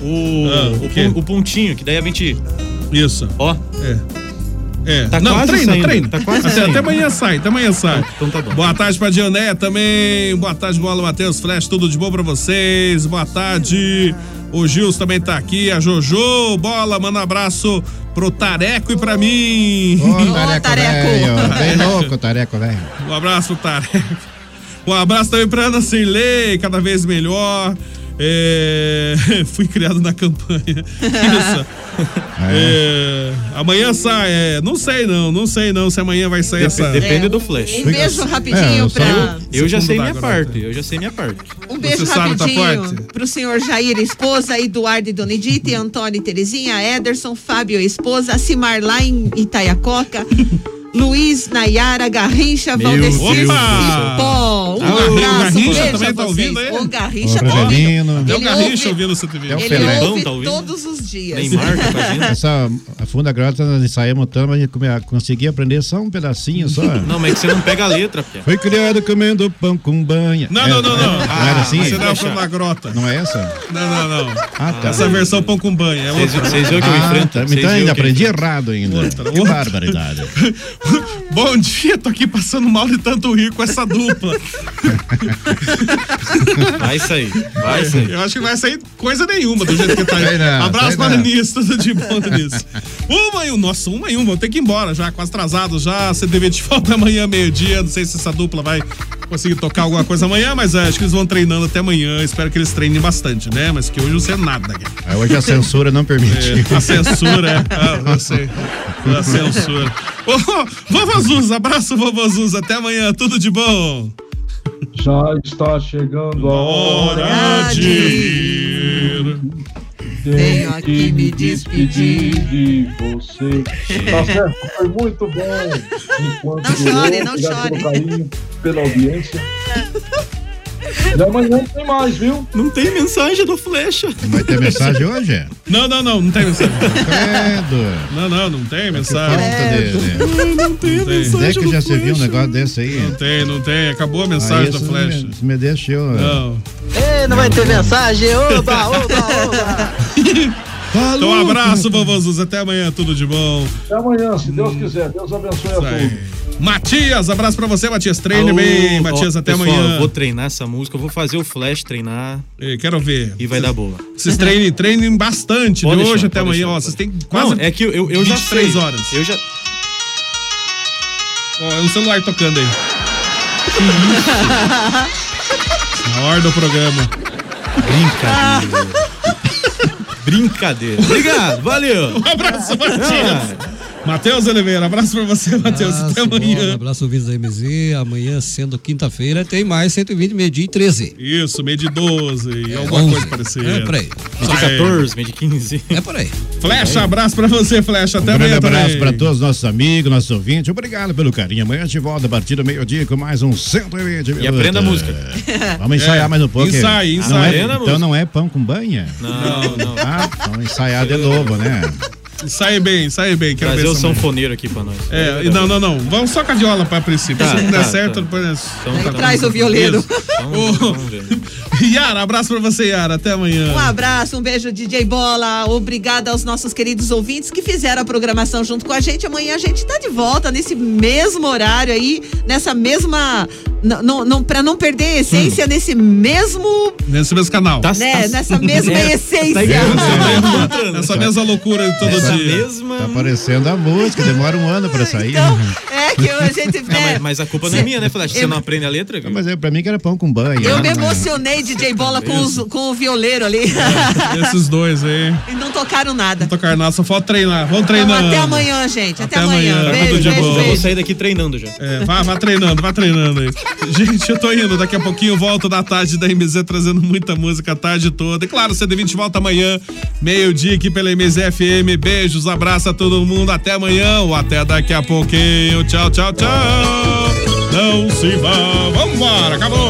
Speaker 6: O,
Speaker 2: Ah, o
Speaker 6: o,
Speaker 2: quê?
Speaker 6: pon- o pontinho, que daí a gente.
Speaker 2: Isso.
Speaker 6: Ó.
Speaker 2: É.
Speaker 6: Tá
Speaker 2: não,
Speaker 6: quase
Speaker 2: treina,
Speaker 6: saindo,
Speaker 2: treina.
Speaker 6: tá quase
Speaker 2: até,
Speaker 6: saindo. Então, tá
Speaker 2: até amanhã sai, até amanhã sai. Boa tarde pra Dioné também. Boa tarde, Bola Matheus Flash, tudo de bom pra vocês. Boa tarde. O Gils também tá aqui, a Jojo. Bola, manda um abraço pro Tareco e pra mim.
Speaker 8: Ô, tareco, velho. Bem louco, tareco, velho.
Speaker 2: Um abraço, Tareco. Um abraço também pra Ana Cirlei, cada vez melhor. É, Fui criado na campanha. Isso. É, Amanhã sai. é, Não sei não, não sei não se amanhã vai sair
Speaker 6: Dep-
Speaker 2: essa.
Speaker 6: depende É. do flash. Um beijo rapidinho
Speaker 2: É, eu
Speaker 6: pra-
Speaker 2: só-
Speaker 6: Eu já sei minha
Speaker 2: Segundo da
Speaker 6: parte, eu já sei minha parte.
Speaker 7: Um beijo
Speaker 2: tá
Speaker 7: rapidinho pro senhor Jair, esposa, Eduardo e Donedita, e Antônio e Terezinha, Ederson, Fábio, esposa, Simar lá em Itaiacoca, Luiz, Nayara, Garrincha,
Speaker 2: Meu
Speaker 7: Valdecir,
Speaker 2: Deus.
Speaker 7: Cipó. Um
Speaker 2: Ah, o
Speaker 7: abraço, um
Speaker 2: Garrincha
Speaker 7: beijo
Speaker 2: também
Speaker 7: a
Speaker 2: tá
Speaker 7: vocês.
Speaker 2: ouvindo aí?
Speaker 7: o Garrincha
Speaker 8: O
Speaker 7: tá
Speaker 8: Revelino.
Speaker 7: ouvindo.
Speaker 8: Até o
Speaker 7: Ele
Speaker 8: Garrincha
Speaker 7: ouve-
Speaker 2: ouvindo essa TV.
Speaker 8: É o
Speaker 7: Ele
Speaker 8: Felipão
Speaker 7: ouve
Speaker 8: tá ouvindo?
Speaker 7: todos os dias.
Speaker 2: tá
Speaker 6: tá
Speaker 8: Essa É a funda grota nós ensaiamos tanto, mas eu come- consegui aprender só um pedacinho só.
Speaker 6: Não, mas é que você não pega a letra, Pia.
Speaker 8: Foi criado comendo pão com banha.
Speaker 2: Não,
Speaker 8: É,
Speaker 2: não, não, não.
Speaker 8: Não era assim?
Speaker 2: Você não é fã da grota.
Speaker 8: Não é essa?
Speaker 2: Não, não, não.
Speaker 8: Ah, tá.
Speaker 2: Essa versão pão com banho. É
Speaker 8: Vocês-
Speaker 2: outra.
Speaker 8: vocês viram que eu Ah, enfrento? tá. Então Vocês ainda viram que eu aprendi enfrento? errado ainda. Que barbaridade.
Speaker 2: Bom dia, tô aqui passando mal de tanto rir com essa dupla.
Speaker 6: Vai sair, vai sair.
Speaker 2: Eu acho que vai sair coisa nenhuma do jeito que tá aí.
Speaker 6: Sei não,
Speaker 2: Abraço
Speaker 6: sei
Speaker 2: para
Speaker 6: não.
Speaker 2: Denise, tudo de bom, Denise. Uma e um, nossa, uma e um, vou ter que ir embora já, quase atrasado já. CTV de volta amanhã, meio-dia. Não sei se essa dupla vai conseguir tocar alguma coisa amanhã, mas é, acho que eles vão treinando até amanhã. Espero que eles treinem bastante, né? Mas que hoje não sei nada, né? cara.
Speaker 8: Ah, Hoje a censura não permite.
Speaker 2: É, a censura, é. Ah, eu sei. A censura. Ô, vovô Zuz, abraço, vovô Zuz. Até amanhã, tudo de bom.
Speaker 11: Já está chegando a hora de ir. Tenho que me despedir de você. Tá certo, foi muito bom. Enquanto
Speaker 7: Não
Speaker 11: durou,
Speaker 7: chore, não
Speaker 11: obrigado
Speaker 7: chore.
Speaker 11: pelo carinho, pela audiência. E amanhã tem mais, viu?
Speaker 6: Não tem mensagem do Flecha.
Speaker 8: Vai ter mensagem hoje? É.
Speaker 2: Não, não, não, não tem mensagem.
Speaker 8: Credo.
Speaker 2: Não, não, não tem mensagem.
Speaker 8: É Falta de-
Speaker 2: Não, não tem
Speaker 8: de... Onde é que já se viu um negócio desse aí?
Speaker 2: Não tem, não tem. Acabou a mensagem do
Speaker 8: isso
Speaker 2: Flash.
Speaker 8: Me, isso me deixou. né?
Speaker 2: Não.
Speaker 21: Ei, não vai ter mensagem? Oba, oba,
Speaker 8: Tá
Speaker 21: oba.
Speaker 2: Então, um abraço, vovô Zuz. Até amanhã, tudo de bom.
Speaker 11: Até amanhã, se Deus quiser. Deus abençoe a
Speaker 2: Isso aí.
Speaker 11: todos.
Speaker 2: Matias, abraço pra você, Matias. Treine
Speaker 6: Alô,
Speaker 2: bem,
Speaker 6: ó,
Speaker 2: Matias. Até
Speaker 6: pessoal,
Speaker 2: amanhã.
Speaker 6: Eu vou treinar essa música, eu vou fazer o Flash treinar.
Speaker 2: quero ver.
Speaker 6: E vai dar boa.
Speaker 2: Vocês treinem, treinem bastante. de
Speaker 6: Pode deixar,
Speaker 2: hoje até amanhã,
Speaker 6: pode deixar,
Speaker 2: ó.
Speaker 6: pode
Speaker 2: Vocês têm quase.
Speaker 6: Quase é que eu, eu, eu já sei.
Speaker 2: 23 horas.
Speaker 6: Eu já.
Speaker 2: Ó, é um celular tocando aí. Na hora do programa.
Speaker 6: Brincadeira. Brincadeira. Obrigado, valeu.
Speaker 2: Um abraço, Matias. Matheus Oliveira, abraço pra você, Matheus. Até
Speaker 5: Um
Speaker 2: amanhã.
Speaker 5: abraço, ouvintes da MZ. Amanhã, sendo quinta-feira, tem mais 120, meio-dia e 13.
Speaker 2: Isso, meio de 12 e alguma
Speaker 5: onze.
Speaker 2: coisa parecida.
Speaker 5: É, por aí.
Speaker 6: Meio de 14, meio de 15.
Speaker 5: É por aí.
Speaker 2: Flecha, abraço pra você, Flecha. Até
Speaker 8: Um grande
Speaker 2: amanhã
Speaker 8: abraço
Speaker 2: também.
Speaker 8: para todos os nossos amigos, nossos ouvintes. Obrigado pelo carinho. Amanhã a gente volta a partir do meio-dia com mais um 120 minutos.
Speaker 6: E aprenda a música.
Speaker 8: Vamos ensaiar
Speaker 6: É,
Speaker 8: mais um pouco.
Speaker 6: ensaia,
Speaker 8: Não
Speaker 6: ensaia.
Speaker 8: é-
Speaker 6: Aprenda a
Speaker 8: então
Speaker 6: música.
Speaker 8: não é pão com banha?
Speaker 6: Não, não. Tá
Speaker 8: Ah, vamos ensaiar de novo, né?
Speaker 2: Sai bem, sai bem. Quero
Speaker 6: Trazer
Speaker 2: ver
Speaker 6: o
Speaker 2: essa música.
Speaker 6: sanfoneiro aqui pra nós.
Speaker 2: É, e não, não, não. Vamos só com a viola pra princípio.
Speaker 6: Tá,
Speaker 2: Se não der
Speaker 6: tá,
Speaker 2: certo,
Speaker 6: tá.
Speaker 2: depois é nós.
Speaker 6: Então tá.
Speaker 7: Traz o violeiro.
Speaker 2: Isso. Yara, abraço pra você, Yara. Até amanhã.
Speaker 7: Um abraço, um beijo, DJ Bola. Obrigada aos nossos queridos ouvintes que fizeram a programação junto com a gente. Amanhã a gente tá de volta nesse mesmo horário aí, nessa mesma. Não, não, não- pra não perder a essência, nesse mesmo.
Speaker 2: Nesse mesmo canal.
Speaker 6: Tá,
Speaker 7: né, nessa mesma
Speaker 2: Tá, É,
Speaker 7: essência.
Speaker 2: tá engraçado. Essa mesma loucura de todo
Speaker 8: Essa
Speaker 2: dia.
Speaker 8: Tá aparecendo a música, demora um ano para sair.
Speaker 7: É, é que a gente.
Speaker 6: Ah, mas, mas a culpa não é minha, né, Flash? Você
Speaker 7: Eu-
Speaker 6: não aprende a letra?
Speaker 8: Mas é, pra mim que era pão com banho.
Speaker 7: Eu
Speaker 8: né?
Speaker 7: me emocionei, DJ Bola, com, os- com o violeiro ali.
Speaker 2: É, Esses dois aí.
Speaker 7: E não tocaram nada.
Speaker 2: Não tocaram nada, só falta treinar. Vamos
Speaker 7: Então,
Speaker 2: treinando.
Speaker 7: até amanhã, gente. Até,
Speaker 2: Até
Speaker 7: amanhã.
Speaker 2: amanhã.
Speaker 7: Beijo,
Speaker 2: Tudo de
Speaker 7: beijo,
Speaker 2: bom.
Speaker 7: beijo.
Speaker 6: Vou sair daqui treinando já.
Speaker 2: É, vá, vá treinando, vá treinando aí. Gente, eu tô indo. Daqui a pouquinho eu volto da tarde da MZ trazendo muita música a tarde toda. E claro, CD20 volta amanhã, meio-dia aqui pela MZ FM. Beijos, abraço a todo mundo. Até amanhã ou até daqui a pouquinho. Tchau, tchau, tchau. Não se vá. Vambora, acabou. né?
Speaker 7: tá